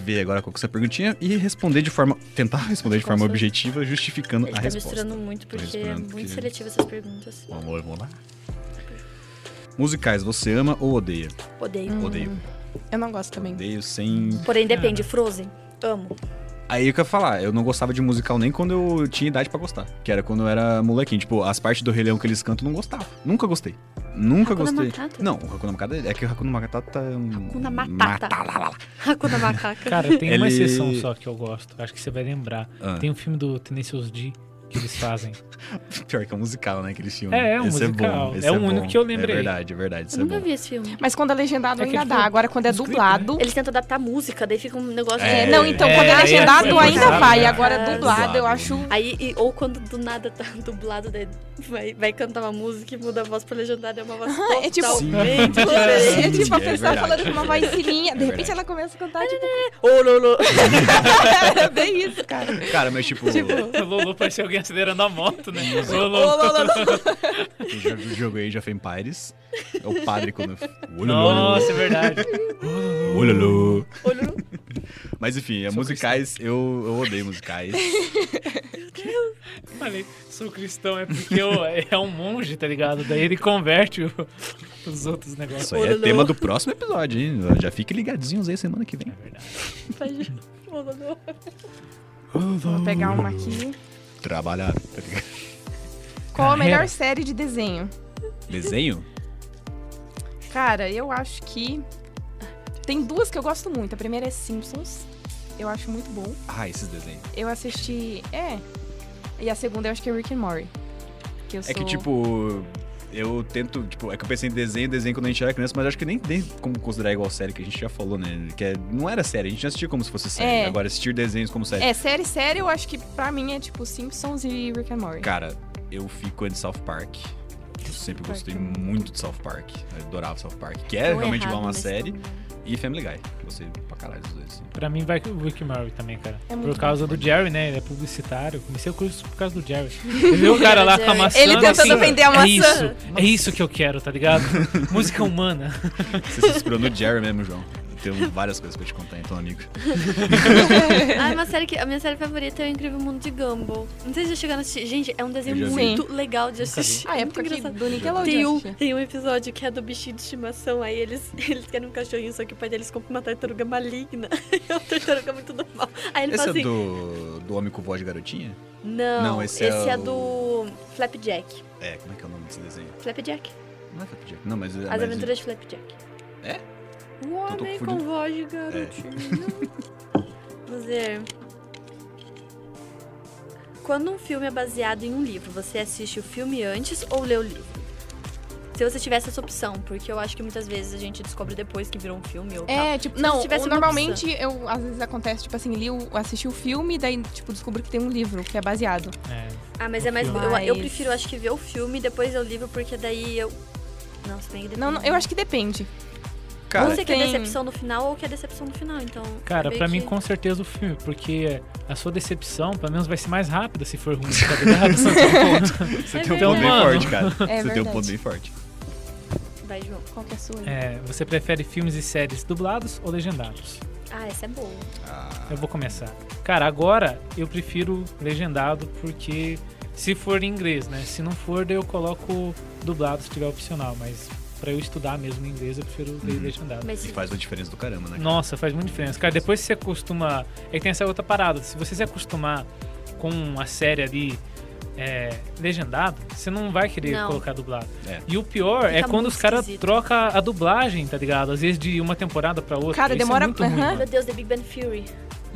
D: ver agora qual que é essa perguntinha e responder de forma. Tentar responder de
A: Com
D: forma
A: certeza.
D: objetiva, justificando
A: A gente
D: a
A: tá
D: resposta.
A: misturando muito
D: Tô
A: porque é
D: misturando
A: muito
D: porque-
A: seletivo essas perguntas.
D: Vamos lá, vamos lá. Musicais, você ama ou odeia?
A: Odeio.
D: Odeio.
B: Eu não gosto também.
D: Odeio sem
A: Porém, depende. Frozen. Amo.
D: Aí o que eu ia falar, eu não gostava de musical nem quando eu tinha idade pra gostar. Que era quando eu era molequinho. Tipo, as partes do Rei Leão que eles cantam, eu não gostava. Nunca gostei. Nunca
A: Hakuna
D: gostei.
A: Matata?
D: Não, o Hakuna Matata é que o Hakuna Matata... é um-
A: Hakuna Matata.
D: Mata, lá, lá, lá.
A: Hakuna Macaca.
C: Cara, tem uma
D: Ele-
C: exceção só que eu gosto. Acho que você vai lembrar.
D: Ah.
C: Tem um filme do Tenacious D que eles fazem.
D: Pior que é um musical, né, aquele filme.
C: É, é um
D: esse É,
C: musical.
D: bom, esse
C: É o
D: bom.
C: único que eu lembrei.
D: É verdade, é verdade, isso
A: eu
D: é
A: nunca
D: bom.
A: vi esse filme.
B: Mas quando é legendado
C: É que
B: ainda
C: ele
B: dá.
C: foi
B: Agora, quando é
C: escrito,
B: dublado.
A: Eles tentam adaptar a música, daí fica um negócio.
B: É,
D: É,
B: não, então,
C: é,
B: quando é
C: é,
B: legendado
C: é,
B: ainda
C: é,
B: vai.
C: é,
B: agora,
A: é,
B: dublado, eu
D: dublado.
B: acho.
A: Aí, e- ou quando do nada tá dublado, daí vai, vai cantar uma música e muda a voz pra legendária, é uma voz
B: É tipo-
A: totalmente
D: Sim.
A: diferente.
B: É tipo, a pessoa
D: É verdade.
B: falando com uma vozinha. De
D: É
B: repente
D: verdade.
B: ela começa a cantar, tipo,
A: Ô, Lolo.
B: é bem isso, cara.
D: Cara, mas tipo,
C: O Lulu parece alguém acelerando a moto, né?
B: Ô, lô, lô, lô.
D: eu já joguei Age of Empires. É o padre quando...
C: Nossa, é verdade.
D: Ololô.
A: Ô, Lolo.
D: Mas enfim, é
C: Sou
D: musicais, eu, eu odeio musicais.
C: Falei, sou cristão, é porque eu, é um monge, tá ligado? Daí ele converte o- os outros negócios.
D: Isso aí é
A: Ololô.
D: tema do próximo episódio, hein? Já fiquem ligadinhos aí semana que vem.
A: Faz- Ô, Lolo.
B: Vou pegar uma aqui.
D: Trabalhar, tá ligado?
B: Qual a
C: Carreira.
B: melhor série de desenho?
D: Desenho?
B: Cara, eu acho que. Tem duas que eu gosto muito. A primeira é Simpsons. Eu acho muito bom.
D: Ah, esses desenhos.
B: Eu assisti. É. E a segunda eu acho que é Rick and Morty. Que eu
D: É que,
B: sou-
D: tipo, eu tento. Tipo, é que eu pensei em desenho, desenho quando a gente era criança, mas acho que nem tem como considerar igual série, que a gente já falou, né? Que é- não era série, a gente não assistia como se fosse série.
B: É.
D: Agora, assistir desenhos como série.
B: É, série, série, eu acho que pra mim é tipo Simpsons e Rick and Morty.
D: Cara, eu fico em South Park. Eu sempre
B: Park
D: gostei
B: é muito-
D: muito de South Park. Eu adorava South Park. Que é
A: Tão
D: realmente
A: errado,
D: igual uma
A: mas
D: série.
A: tão bom.
D: E Family Guy. Gostei pra caralho dos dois. assim.
C: Pra mim vai o Rick Murray também, cara.
B: É muito
C: por causa do Jerry, né? Ele é publicitário. Comecei o curso por causa do Jerry. Ele viu o cara lá com a maçã.
B: Ele tentando
C: assim,
B: vender a maçã.
C: É isso, é isso que eu quero, tá ligado? Música humana.
D: Você se inspirou no Jerry mesmo, João. Eu tenho várias coisas pra te contar, então, amigo.
A: Ah, é uma série que, a minha série favorita é O Incrível Mundo de Gumball. Não sei se já chegaram a assistir. Gente, é um desenho
D: Eu já vi.
A: muito legal de assistir.
B: A
A: É
B: época
A: muito
B: que,
A: engraçado.
B: do
A: Tem
B: Nickelodeon.
A: um, tem um episódio que é do bichinho de estimação, aí eles, eles querem um cachorrinho, só que o pai deles compra uma tartaruga maligna. É uma tartaruga muito do mal. Aí ele
D: Esse
A: fala
D: é
A: assim:
D: do, do homem com voz de garotinha?
A: Não,
D: Não,
A: esse,
D: esse
A: é,
D: é o-
A: do Flapjack.
D: É, como é que é o nome desse desenho?
A: Flapjack.
D: Não é Flapjack. Não, mas...
A: As Aventuras de Flapjack.
D: É?
A: O homem com
D: confundindo. É.
A: voz de garotinho. Vamos ver. Quando um filme é baseado em um livro, você assiste o filme antes ou lê o livro? Se você tivesse essa opção, porque eu acho que muitas vezes a gente descobre depois que virou um filme ou tal.
B: É, tipo,
A: Se
B: não,
A: você tivesse
B: o-
A: uma
B: normalmente eu às vezes acontece, tipo assim, li o, assisti o filme e daí, tipo, descubro que tem um livro que é baseado.
C: É,
A: Ah, mas é mais. Eu,
B: filme.
A: eu
B: Mas-
A: prefiro, acho que, ver o filme e depois ler o livro, porque daí eu. Nossa, bem que depende.
B: Não, não, eu acho que depende.
D: Cara,
A: Você quer
B: tem-
A: decepção no final ou quer decepção no final, então.
C: Cara,
A: meio
C: pra mim
A: que-
C: com certeza o filme, porque a sua decepção, pelo menos, vai ser mais rápida se for ruim, tá ligado?
D: você
A: é
D: tem um
A: verdade.
D: ponto bem
C: Mano.
D: forte, cara. você
B: É
D: tem um
B: verdade.
D: ponto bem forte.
A: Vai, João.
B: Qual que é a sua?
C: É, você prefere filmes e séries dublados ou legendados?
A: Ah, essa é boa.
D: Tá Ah,
C: Eu vou começar. Cara, agora eu prefiro legendado porque se for em inglês, né? Se não for, daí eu coloco dublado se tiver opcional, mas pra eu estudar mesmo em inglês, eu prefiro ler legendado.
A: Mas
D: E
A: se
D: faz uma diferença do caramba, né?
C: Nossa, faz muita diferença. Cara, depois que você acostuma. É que tem essa outra parada. Se você se acostumar com a série ali é, legendado, você não vai querer
A: Não.
C: colocar dublado.
D: É.
C: E o pior é
A: Fica
C: quando
A: muito
C: os caras
A: esquisito.
C: trocam a dublagem, tá ligado? Às vezes de uma temporada pra outra.
B: Cara,
C: Isso é
B: demora-
C: muito ruim,
B: Aham.
C: mano.
A: Meu Deus, The Big Bang Fury.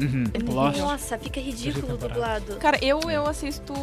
D: Uhum.
C: Lost.
A: Nossa, fica ridículo
C: Terceira
A: dublado.
B: Cara, eu, eu assisto.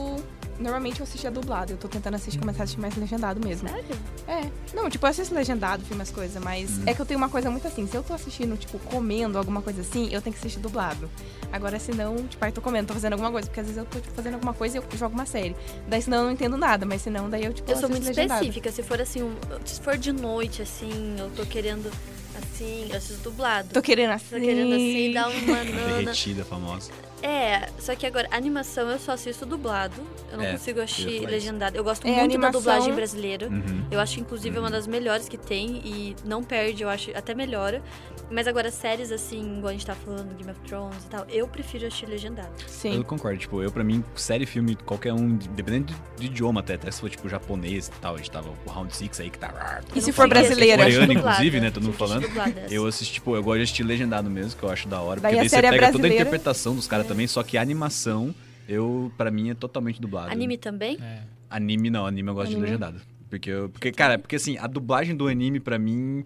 B: Normalmente eu assistia dublado. Eu tô tentando assistir, começar a assistir mais legendado mesmo.
A: Sério?
B: É. Não, tipo, eu assisto legendado, filme, as coisas, mas
D: Hum.
B: é que eu tenho uma coisa muito assim. Se eu tô assistindo, tipo, comendo alguma coisa assim, eu tenho que assistir dublado. Agora, senão, tipo, aí tô comendo, tô fazendo alguma coisa. Porque às vezes eu tô tipo, fazendo alguma coisa e eu jogo uma série. Daí, senão, eu não entendo nada, mas senão, daí eu, tipo,
A: Eu sou
B: assisto
A: muito
B: legendado.
A: específica. Se for assim, um- se for de noite, assim, eu tô querendo assim, eu assisto dublado.
B: Tô querendo assim.
A: Tô querendo assim, dar uma nana.
D: Derretida, famosa.
A: É, só que agora, animação eu só assisto dublado. Eu não
D: É,
A: consigo
D: eu ia
A: assistir
D: falar
A: legendado. Eu gosto
B: É,
A: muito da
B: animação-
A: dublagem brasileira.
D: Uhum.
A: Eu acho, inclusive, uma das melhores que tem e não perde, eu acho, até melhora. Mas agora, séries assim, igual a gente tá falando, Game of Thrones e tal, eu prefiro assistir legendado.
D: Eu
B: Sim.
D: concordo, tipo, eu pra mim, série, filme, qualquer um, dependendo de, de idioma até, até se for tipo japonês e tal, a gente tava o Round six aí que tá...
A: Eu
B: E se
A: não consigo
B: for
A: assistir
B: brasileira?
A: dublada,
D: Coreano, inclusive, né, todo mundo
A: sempre assisti dublada. assim.
D: Eu assisti, tipo, eu gosto de assistir legendado mesmo, que eu acho da hora.
B: Daí
D: porque
B: a
D: daí você
B: série é
D: pega toda a
B: brasileira.
D: interpretação dos caras também, só que a animação, eu, pra mim, é totalmente dublado.
A: Anime também?
C: É.
D: Anime não, anime eu gosto
B: Anime.
D: de legendado. Porque, eu, porque, cara, porque assim, a dublagem do anime, pra mim,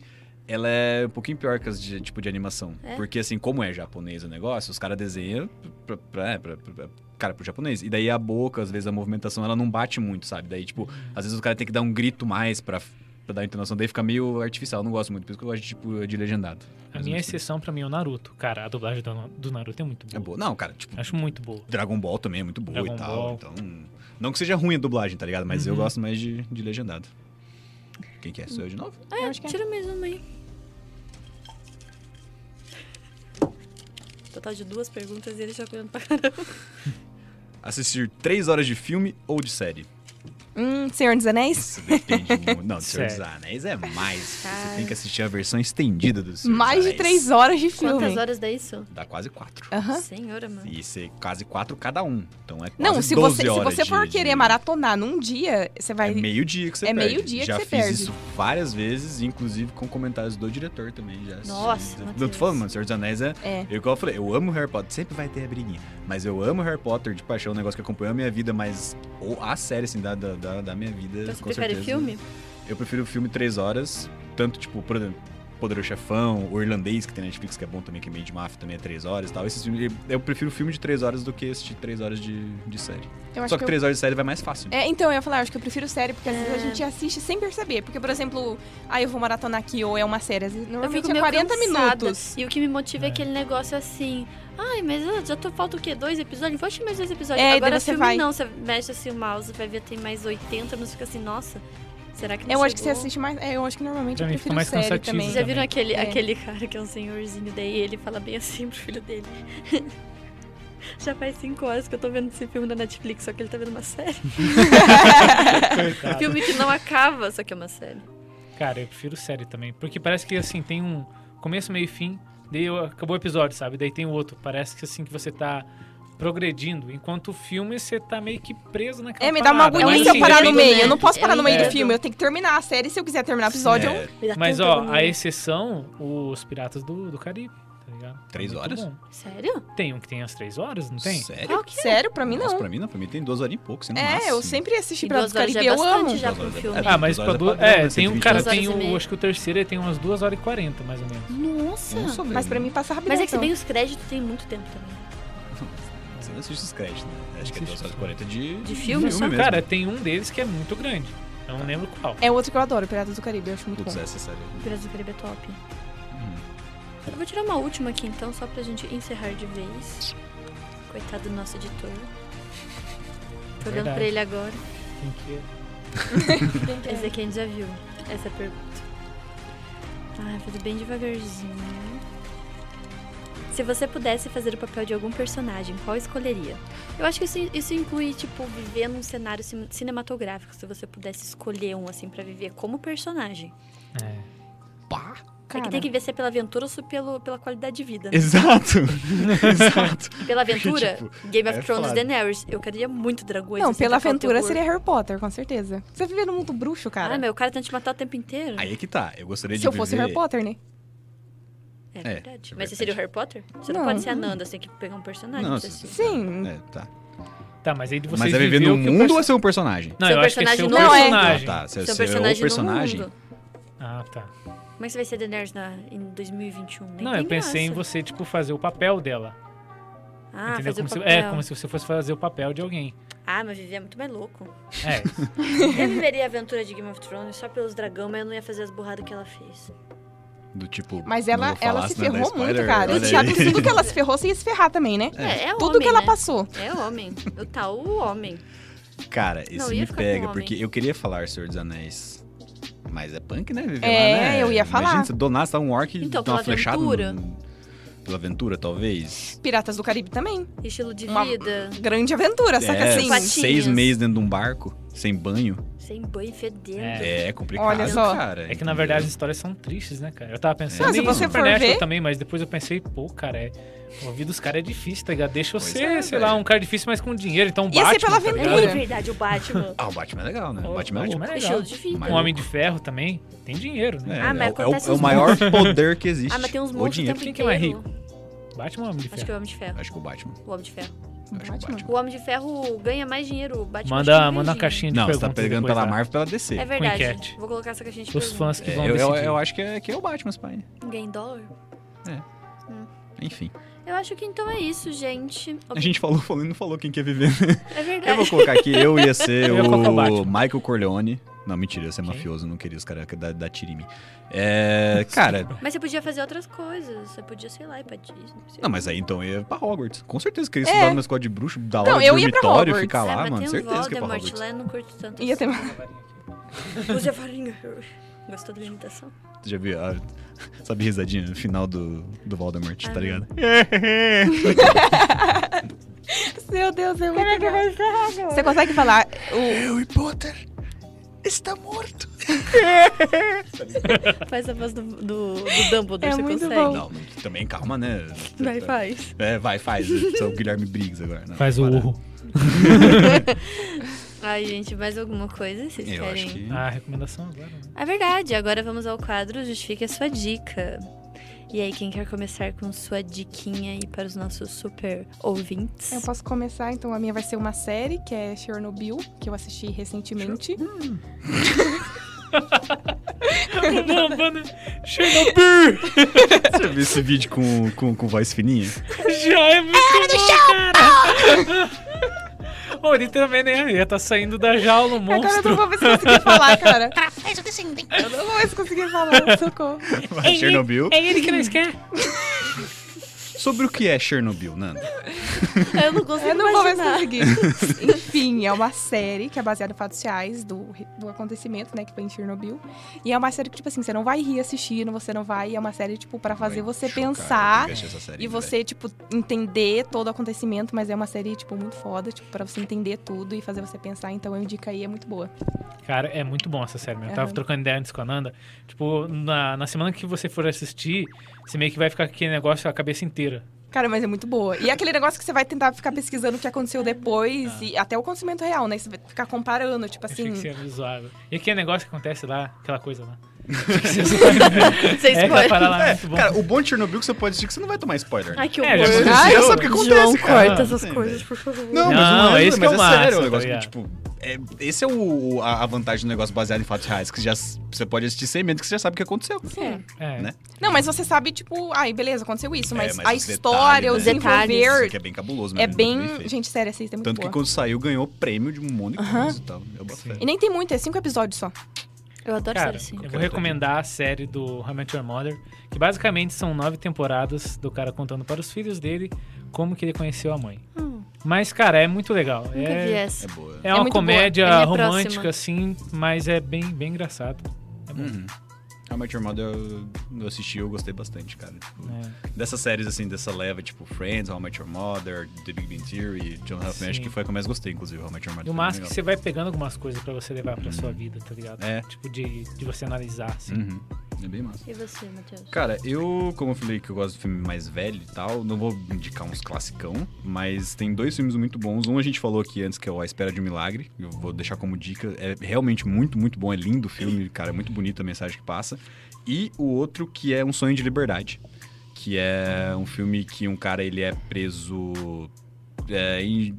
D: ela é um pouquinho pior que as de, tipo, de animação.
A: É?
D: Porque, assim, como é japonês o negócio, os caras desenham pra, pra, é, pra- pra- cara, pro japonês. E daí a boca, às vezes, a movimentação, ela não bate muito, sabe? Daí, tipo, às vezes o cara tem que dar um grito mais pra, pra dar a entonação. Daí fica meio artificial, eu não gosto muito. Por isso que eu gosto, de, tipo, de legendado.
C: A
D: Mas
C: minha
D: não sei.
C: exceção pra mim é o Naruto. Cara, a dublagem do, do Naruto é muito boa.
D: É boa. Não, cara, tipo,
C: Acho muito boa.
D: Dragon Ball também é muito boa
C: Dragon
D: e tal.
C: Ball.
D: Então, não que seja ruim a dublagem, tá ligado? Mas eu
C: Uhum.
D: gosto mais de, de legendado. Quem que é? Sou eu de novo?
A: É,
B: Eu acho que é.
A: tira mais uma aí. Total de duas perguntas e ele já olhando pra caramba.
D: Assistir três horas de filme ou de série?
B: Hum, Senhor dos Anéis?
D: Isso depende muito. Não, de Senhor dos
C: Série.
D: Anéis é mais.
A: Cara.
D: Você tem que assistir a versão estendida do Senhor
B: Mais
D: dos
B: de
D: Anéis.
B: três horas de filme.
A: Quantas horas dá isso?
D: Dá quase quatro.
B: Aham.
A: Senhora, mano.
D: E ser quase quatro cada um. Então é quase
B: Não, se
D: 12
B: você, se
D: horas
B: você
D: de-
B: for
D: de-
B: querer maratonar num dia, você vai.
D: É meio-dia que você
B: É
D: perde.
B: meio-dia que
D: Já
B: você
D: fiz
B: perde.
D: isso várias vezes, inclusive com comentários do diretor também. Já assisti.
A: Nossa,
D: Não
A: Matheus.
D: tô falando, mano. Senhor dos Anéis é
B: É.
D: Eu, igual eu falei, eu amo Harry Potter, sempre vai ter a briguinha. Mas eu amo Harry Potter de paixão, é um negócio que acompanhou a minha vida, mas ou a série, assim, da, da, da, da minha vida.
A: Então você
D: com
A: prefere
D: certeza.
A: filme?
D: Eu prefiro filme três horas, tanto, tipo, por exemplo, Poderoso Chefão, o Irlandês, que tem na Netflix, que é bom também, que é meio de máfia, também é três horas e tal. Esses filmes, eu prefiro filme de três horas do que assistir três horas de, de série.
B: Eu acho
D: Só que
B: que eu-
D: três horas de série vai mais fácil.
B: É, então, eu ia falar, eu acho que eu prefiro série, porque às vezes
A: É.
B: a gente assiste sem perceber. Porque, por exemplo, ah, eu vou maratonar aqui, ou é uma série. às vezes,
A: Eu fico
B: Normalmente é
A: meio
B: 40
A: cansada.
B: minutos.
A: E o que me motiva é
C: É.
A: aquele negócio assim. Ai, mas ah, já tô, falta o quê? Dois episódios? Vou assistir mais dois episódios.
B: É, e daí
A: Agora
B: você
A: filme
B: vai.
A: não, você mexe assim o mouse, vai ver tem mais 80, mas fica assim, nossa, será que não
B: Eu acho que você
A: chegou?
B: assiste mais. É, eu acho que normalmente
C: Pra
B: eu
C: mim
B: prefiro
C: fica mais
B: série
C: cansativo.
B: também.
A: Vocês já viram
C: também.
A: aquele,
B: É.
A: aquele cara que é um senhorzinho, daí ele fala bem assim pro filho dele. Já faz cinco horas que eu tô vendo esse filme da Netflix, só que ele tá vendo uma série.
C: Coitado.
A: Filme que não acaba, só que é uma série.
C: Cara, eu prefiro série também. Porque parece que, assim, tem um começo, meio e fim. Daí acabou o episódio, sabe? Daí tem o outro. Parece que, assim, que você tá progredindo. Enquanto o filme, você tá meio que preso naquela
B: É, me dá uma
C: parada. Mas,
B: agonia se eu
C: assim,
B: parar no
C: depende-
B: meio. Eu não posso
A: É
B: parar no meio do
A: medo.
B: filme. Eu tenho que terminar a série. Se eu quiser terminar o episódio, eu-
D: É,
A: Me dá
C: Mas,
A: tanta
C: ó, a
A: agonia.
C: exceção, os Piratas do, do Caribe, tá ligado?
D: Três
C: Muito
D: horas?
C: bom.
A: Sério?
C: Tem um que tem as três horas, não tem?
D: Sério?
A: Ah, o que?
B: sério, pra mim
D: Nossa,
B: não.
D: pra mim assim. não, pra mim tem duas horas e pouco, sendo
B: É, eu sempre assisti
A: E
B: pra
A: duas
B: dos
A: horas já é
B: Caribe. Eu amo.
A: bastante já
D: Duas
A: pra um
D: horas é-
A: filme.
D: é,
C: Ah, mas
D: Duas
C: pra
D: horas é
C: duas.
D: padrão,
C: É,
D: né?
C: tem um
D: 120
C: cara,
A: horas.
C: tem
A: Duas horas e
C: o.
A: meia.
C: Acho que o terceiro ele tem umas duas horas e quarenta, mais ou menos.
A: Nossa!
D: Nossa,
B: Mas
D: velho.
B: pra mim passa rapidão.
A: Mas é que
B: então.
A: também os créditos tem muito tempo também. né?
D: Você não assiste os créditos, né? Acho que é
C: Assiste
D: 2 horas e 40 de,
A: De filme só?
D: mesmo.
C: Cara, tem um deles que é muito grande. Eu não lembro qual.
B: É outro que eu adoro, Piratas do Caribe. Eu acho muito
D: Putz,
B: bom.
D: essa série.
A: Piratas do Caribe é top. Eu vou tirar uma última aqui então, só pra gente encerrar de vez. Coitado do nosso editor. Tô olhando pra
C: Verdade.
A: ele agora.
C: Tem que...
A: Esse daqui a gente já viu. Essa pergunta. Ah, tudo bem devagarzinho. né? Se você pudesse fazer o papel de algum personagem, qual escolheria? Eu acho que isso, isso inclui, tipo, viver num cenário cin- cinematográfico. Se você pudesse escolher um, assim, pra viver como personagem.
C: É.
B: Pá,
A: É que
B: cara.
A: tem que ver se é pela aventura ou se pelo, pela qualidade de vida. né?
D: Exato! Exato!
A: Pela aventura, Game of
D: Tipo, é
A: Thrones
D: foda.
A: Daenerys. Eu queria muito dragões.
B: Não,
A: assim,
B: pela
A: tacar o
B: aventura
A: terror.
B: seria Harry Potter, com certeza. Você vive no mundo bruxo, cara.
A: Ah, meu, o cara tenta te matar o tempo inteiro.
D: Aí é que tá. Eu gostaria de
B: Se eu fosse
D: viver-
B: Harry Potter, né?
A: É,
D: É,
A: verdade.
D: é
A: Mas você seria o
D: verdade.
A: Harry Potter? Você não,
B: Não.
A: pode ser a Nanda, você tem que pegar um personagem.
D: Não,
A: pra você
D: se-
A: ser-
B: Sim.
D: É, tá.
C: Tá, mas aí de vocês
D: Mas é viver
C: viver
D: no
C: o que o
D: mundo ou é
C: perso-
D: ser um personagem?
C: Não,
A: Seu
C: eu acho que é
A: personagem
C: seu
A: no mundo.
D: Ah,
C: personagem.
D: tá. Você
A: Seu
D: você é o
A: personagem,
D: personagem.
A: no mundo.
C: Ah, tá.
A: Como é que você vai ser The Nerd na, em 2021? Nem
C: Não,
A: tem
C: eu pensei em
A: graça.
C: você, tipo, fazer o papel dela.
A: Ah,
C: entendeu?
A: fazer
C: Como
A: o
C: se,
A: papel.
C: é, como se você fosse fazer o papel de alguém.
A: Ah, mas viver é muito mais louco.
C: É.
A: Eu viveria a aventura de Game of Thrones só pelos dragão, mas eu não ia fazer as burradas que ela fez.
D: Do tipo.
B: Mas
D: não
B: ela,
D: vou falar,
B: ela se
D: senão dá
B: ferrou muito,
D: spoiler,
B: cara.
D: olha
B: E o Thiago,
D: aí.
B: tudo que ela se ferrou, você ia se ferrar também, né?
A: É, é,
B: Tudo
A: homem,
B: que ela
A: né?
B: passou.
A: É homem. O tal o homem.
D: Cara, isso
A: Não, ia
D: me
A: ficar com
D: pega,
A: homem.
D: porque eu queria falar Senhor dos Anéis. Mas é punk, né? Viver
B: É,
D: lá, né?
B: eu ia falar.
D: Imagina, se do nada tá um orc
A: Então,
D: dá uma
A: pela
D: flechada. no-
A: aventura.
D: Pela aventura, talvez.
B: Piratas do Caribe também.
A: Estilo de
B: Uma-
A: vida.
B: Grande aventura, saca
D: é,
B: assim?
A: Patinhas.
D: seis meses dentro de um barco, sem banho.
A: Sem banho fedendo.
D: É, complicado,
B: Olha só.
D: cara.
C: É que na verdade as histórias são tristes, né, cara? Eu tava pensando
D: Não, se
C: em
D: você for
C: Supernatural
B: ver-
C: também, mas depois eu pensei, pô, cara, é... o ouvido dos caras é difícil, tá ligado? Deixa eu
D: Pois
C: ser,
D: é,
C: sei
D: velho.
C: lá, um cara difícil, mas com dinheiro, então um
B: Ia ser
C: Batman,
B: pela
C: tá ligado?
A: É
B: aventura.
A: verdade, o Batman.
D: Ah, o Batman é legal, né? O
C: Pô,
D: Batman é louco.
C: é legal.
A: Estilo de vida.
D: Mas-
C: Um Homem de Ferro também tem dinheiro,
D: É,
C: né?
A: Ah, mas
D: é, o- é o,
A: acontece
D: é o
A: uns
D: maior poder que existe.
A: Ah, mas tem uns
D: O
A: monstros o
D: dinheiro.
A: tempo
C: Quem que é
A: inteiro.
C: mais Batman ou Homem de
A: Acho que
C: Ferro?
A: é o Homem de Ferro.
D: Acho que o Batman.
A: O é Homem de Ferro.
D: Acho que o
B: Batman.
D: Batman.
A: O Homem de Ferro ganha mais dinheiro. O Batman acho que
C: Manda,
A: não
C: manda uma
A: ganha
C: caixinha de
D: Não, você
C: perguntas
D: tá pegando
C: depois,
D: pela
C: lá.
D: Marvel pela
A: dinheiro. É
D: DC.
A: verdade.
C: enquete.
A: Vou colocar essa caixinha de
C: Os
A: pergunta.
C: fãs que
D: É,
C: vão
D: eu, eu,
C: decidir.
D: eu acho que é, que é o Batman, pai.
A: Ganha em dólar?
D: Enfim.
A: Eu acho que então é isso, gente.
D: A gente falou, falou e não falou quem quer viver. né?
A: É verdade.
D: Eu vou colocar aqui, eu ia ser
C: Eu ia colocar o
D: o
C: Batman.
D: Michael Corleone. Não, mentira, eu ia ser
C: Quem?
D: mafioso, eu não queria os caras dar, dar tiro em mim. É, cara,
A: Mas você podia fazer outras coisas. Você podia, sei lá, ir pra Disney. sei
D: não,
A: lá.
D: mas aí então eu ia pra Hogwarts. Com certeza, queria
B: É.
D: estudar numa escola de bruxo, da hora
B: Não,
D: de
B: eu ia pra
D: dormitório,
B: Hogwarts. Ah,
D: ficar
A: É,
D: lá,
A: mas
D: mano.
A: tem um
D: Certeza que ia pra
A: Voldemort
D: Hogwarts.
A: lá, eu não curto tanto.
B: Ia ter uma-
A: Use a farinha. Gostou da imitação?
D: Tu já viu? a- sabe a risadinha final do, do Voldemort,
A: Ah,
D: tá ligado?
B: Meu Deus, é muito legal. Você consegue falar o...
D: É Harry Potter está morto.
A: Faz a voz do, do, do Dumbledore,
B: É
A: você
B: muito
A: consegue.
B: bom.
D: Não, não, também calma, né?
A: Vai, faz.
D: É, vai, faz. Sou o Guilherme Briggs agora. Não,
C: Faz o
D: para.
C: urro.
A: Ai, gente, mais alguma coisa? Vocês
D: Eu
A: querem?
D: acho que.
C: Ah, recomendação agora, né?
A: É verdade, agora vamos ao quadro Justifique a sua dica. E aí, quem quer começar com sua diquinha aí para os nossos super ouvintes?
B: Eu posso começar, então a minha vai ser uma série, que é Chernobyl, que eu assisti recentemente.
C: Caramba, né? Chernobyl!
D: Você viu esse vídeo com, com, com voz fininha?
C: Já é muito bom, cara! Ô, ele também, né? Ia tá saindo da jaula, o
B: Agora eu não
C: monstro.
B: vou ver se eu consegui falar, cara. Eu não vou ver se eu consegui falar, socorro.
D: Vai, Chernobyl.
C: É ele que nós quer.
D: Sobre o que é Chernobyl, Nando?
A: Eu não consigo
B: Eu não vou mais
A: imaginar.
B: conseguir. Enfim, é uma série que é baseada em fatos reais do, do acontecimento, né, que foi em Chernobyl. E é uma série que, tipo assim, você não vai rir assistindo, você não vai. É uma série, tipo, pra fazer
D: Vai
B: você
D: chocar,
B: pensar
D: eu assisti essa série,
B: e você, tipo, entender todo o acontecimento. Mas é uma série, tipo, muito foda, tipo, pra você entender tudo e fazer você pensar. Então eu indico aí, é muito boa.
C: Cara, é muito bom essa série, meu. Eu tava
B: Aham.
C: trocando ideia antes com a Nanda. Tipo, na, na semana que você for assistir, você meio que vai ficar com aquele negócio a cabeça inteira.
B: Cara, mas é muito boa. E é aquele negócio que você vai tentar ficar pesquisando o que aconteceu depois
D: Ah.
B: e até o acontecimento real, né? Você vai ficar comparando, tipo
C: Assim.
B: assim.
C: Fica sendo zoado. E aquele negócio que acontece lá, aquela coisa lá.
A: Você
C: É, aquela parada lá é muito
D: É,
C: bom.
D: cara, o bom de Chernobyl é que você pode assistir é que você não vai tomar
B: Ah,
D: spoiler. né?
A: Ai, que
C: É,
A: horror.
C: já
D: Você
C: Ai,
D: já sabe o que acontece,
A: João,
D: cara.
A: corta essas
D: Sim,
A: coisas,
D: velho.
A: por favor.
D: Não,
C: Não,
D: mas,
C: esse
D: mas
C: que é o
D: é sério,
C: massa,
D: o negócio
C: tá
D: que, tipo... é- esse é o, a, a vantagem do negócio baseado em fatos reais, que você já, você pode assistir sem medo, que você já sabe o que aconteceu.
B: Sim.
C: É.
D: né?
B: Não, mas você sabe, tipo, ai, beleza, aconteceu isso,
D: É,
B: mas,
D: mas
B: a
D: os
B: história,
D: detalhes,
B: os
A: né?
D: Isso
B: envolver.
D: que é bem cabuloso
B: É
D: mesmo. muito
B: bem.
D: feito.
B: Gente, sério, assista, é muito
D: Tanto que
B: boa.
D: quando saiu, ganhou prêmio de um monte de
B: Aham.
D: coisa e tal. Eu boto
C: Sim.
D: fé.
B: E nem tem muito, é cinco episódios só.
A: Eu adoro
C: Cara,
A: série assim.
C: eu
D: Qualquer
C: vou
D: outra
C: recomendar a série do How I Met Your Mother, que basicamente são nove temporadas do cara contando para os filhos dele como que ele conheceu a mãe.
A: Hum,
C: Mas, cara, é muito legal.
A: nunca
C: é...
A: vi essa.
D: É boa.
C: É
B: É
C: uma
B: muito boa.
C: comédia
A: É minha
C: romântica,
A: próxima.
C: assim, mas é bem, bem engraçado. É bom.
D: Uhum. How I Met Your Mother eu, eu assisti eu gostei bastante, cara. Tipo,
C: É.
D: Dessas séries, assim, dessa leva, tipo Friends, How I Met Your Mother, The Big Bang Theory, John Huffman, acho
C: Sim.
D: que foi a que eu mais gostei, inclusive, How I Met Your
C: E
D: Mother.
C: o
D: foi
C: massa é que
D: bem
C: você vai pegando algumas coisas pra você levar pra sua vida, tá ligado?
D: É.
C: Tipo, de, de você analisar, assim.
D: legal. Uhum. É bem massa.
A: E você, Matheus?
D: Cara, eu, como eu falei que eu gosto de filme mais velho e tal, não vou indicar uns classicão, mas tem dois filmes muito bons. Um a gente falou aqui antes, que é o A Espera de um Milagre, eu vou deixar como dica. É realmente muito, muito bom, é lindo o filme, cara, é muito bonita a mensagem que passa. E o outro que é Um Sonho de Liberdade, que é um filme que um cara, ele é preso é, em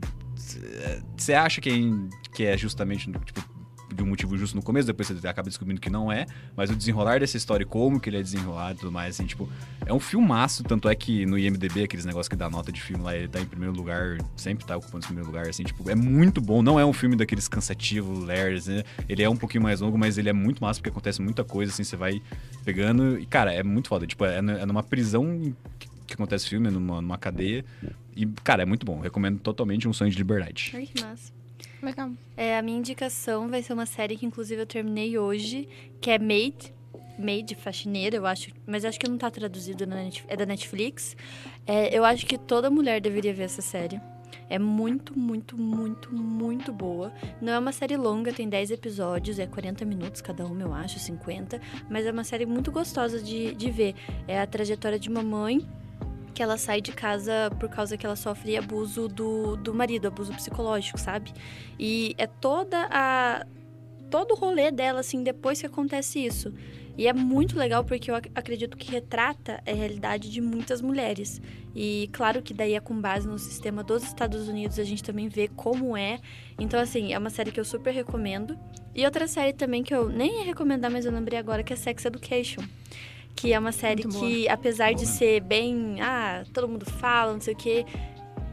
D: Você acha que é, in- que é justamente tipo, de um motivo justo no começo, depois você acaba descobrindo que não é, mas o desenrolar dessa história e como que ele é desenrolado e tudo mais, assim, tipo, é um filmaço, tanto é que no IMDB, aqueles negócios que dá nota de filme lá, ele tá em primeiro lugar, sempre tá ocupando esse primeiro lugar, assim, tipo, é muito bom, não é um filme daqueles cansativo, layers, né? Ele é um pouquinho mais longo, mas ele é muito massa, porque acontece muita coisa, assim, você vai pegando, e cara, é muito foda, tipo, é, n- é numa prisão que, que acontece o filme, é numa, numa cadeia, e, cara, é muito bom, recomendo totalmente Um Sonho de Liberdade.
A: Ai, que massa.
B: Legal.
A: É, a minha indicação vai ser uma série que, inclusive, eu terminei hoje, que é Made. Made, faxineira, eu acho. Mas acho que não tá traduzido, na Net- é da Netflix. É, eu acho que toda mulher deveria ver essa série. É muito, muito, muito, muito boa. Não é uma série longa, tem 10 episódios, é 40 minutos cada uma, eu acho, 50. Mas é uma série muito gostosa de, de ver. É a trajetória de uma mãe que ela sai de casa por causa que ela sofre abuso do, do marido, abuso psicológico, sabe? E é toda a. todo o rolê dela, assim, depois que acontece isso. E é muito legal porque eu ac- acredito que retrata a realidade de muitas mulheres. E claro que daí é com base no sistema dos Estados Unidos, a gente também vê como é. Então, assim, é uma série que eu super recomendo. E outra série também que eu nem ia recomendar, mas eu lembrei agora, que é Sex Education. Que é uma série
B: Muito boa.
A: que, apesar de
D: Boa.
A: ser bem. Ah, todo mundo fala, não sei o quê.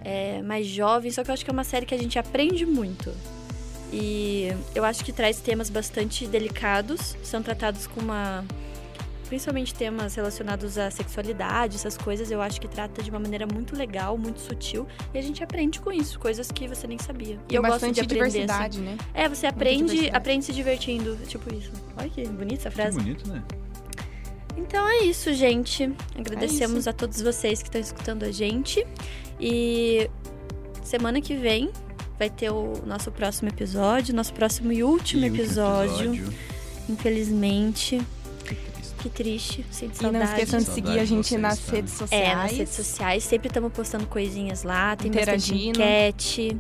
A: É, mais jovem, só que eu acho que é uma série que a gente aprende muito. E eu acho que traz temas bastante delicados, são tratados com uma. Principalmente temas relacionados à sexualidade, essas coisas, eu acho que trata de uma maneira muito legal, muito sutil. E a gente aprende com isso, coisas que você nem sabia. E
B: Tem
A: eu gosto de
B: é bastante
A: aprender. Assim.
B: diversidade, né?
A: É, você aprende,
B: diversidade.
A: aprende se divertindo. Tipo isso. Olha que bonita essa
D: Que
A: frase.
D: bonito, né?
A: Então é isso, gente.
B: É
A: Agradecemos
B: isso.
A: a todos vocês que estão escutando a gente. E semana que vem vai ter o nosso próximo episódio, nosso próximo e último
D: E último
A: episódio.
D: episódio.
A: Infelizmente,
D: Que triste.
A: que triste, sinto
B: E não
A: saudade.
B: esqueçam de
D: Saudade
B: seguir a
D: de
B: gente
D: vocês,
B: nas
D: tá?
B: redes sociais.
A: É, nas redes sociais, sempre estamos postando coisinhas lá, tem bastante
B: Interagindo.
A: enquete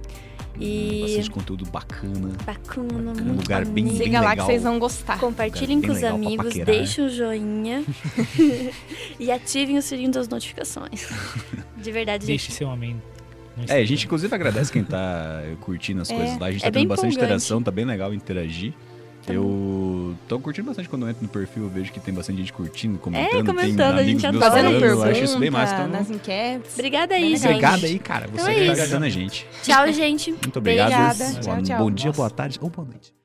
D: Hum,
A: e
D: Bastante conteúdo bacana.
A: bacana,
D: Bacana,
A: muito
D: lugar bem-
A: bonito.
D: bem
B: Siga lá
D: legal.
B: que vocês vão gostar.
A: Compartilhem
D: Bem
A: com os
D: legal pra
A: amigos,
D: paquerar. né?
A: deixem o joinha e ativem o sininho das notificações. De verdade, gente.
C: Deixe seu amém. no
D: É, a
C: Instagram.
D: gente inclusive agradece quem tá curtindo as
B: É,
D: coisas lá. A gente
A: é
D: tá
A: bem
D: tendo bastante
A: empolgante. Tá
D: interação, tá bem legal interagir. Eu tô curtindo bastante quando eu entro no perfil, eu vejo que tem bastante gente curtindo, comentando,
A: É, comentando, a
D: tem
A: gente
D: amigos
A: tá
D: meus
A: adora.
B: Fazendo
D: falando, eu
B: perguntas,
D: acho isso bem massa. Então,
B: nas enquetes.
A: Obrigada aí, gente.
D: obrigado aí, cara. Você
A: né? Então é
D: que tá
C: isso.
D: ajudando a gente.
A: Tchau, gente.
D: Muito obrigado.
A: Obrigada.
D: Boa-
B: Tchau, tchau.
D: Bom dia,
C: Nossa.
D: boa tarde ou boa noite.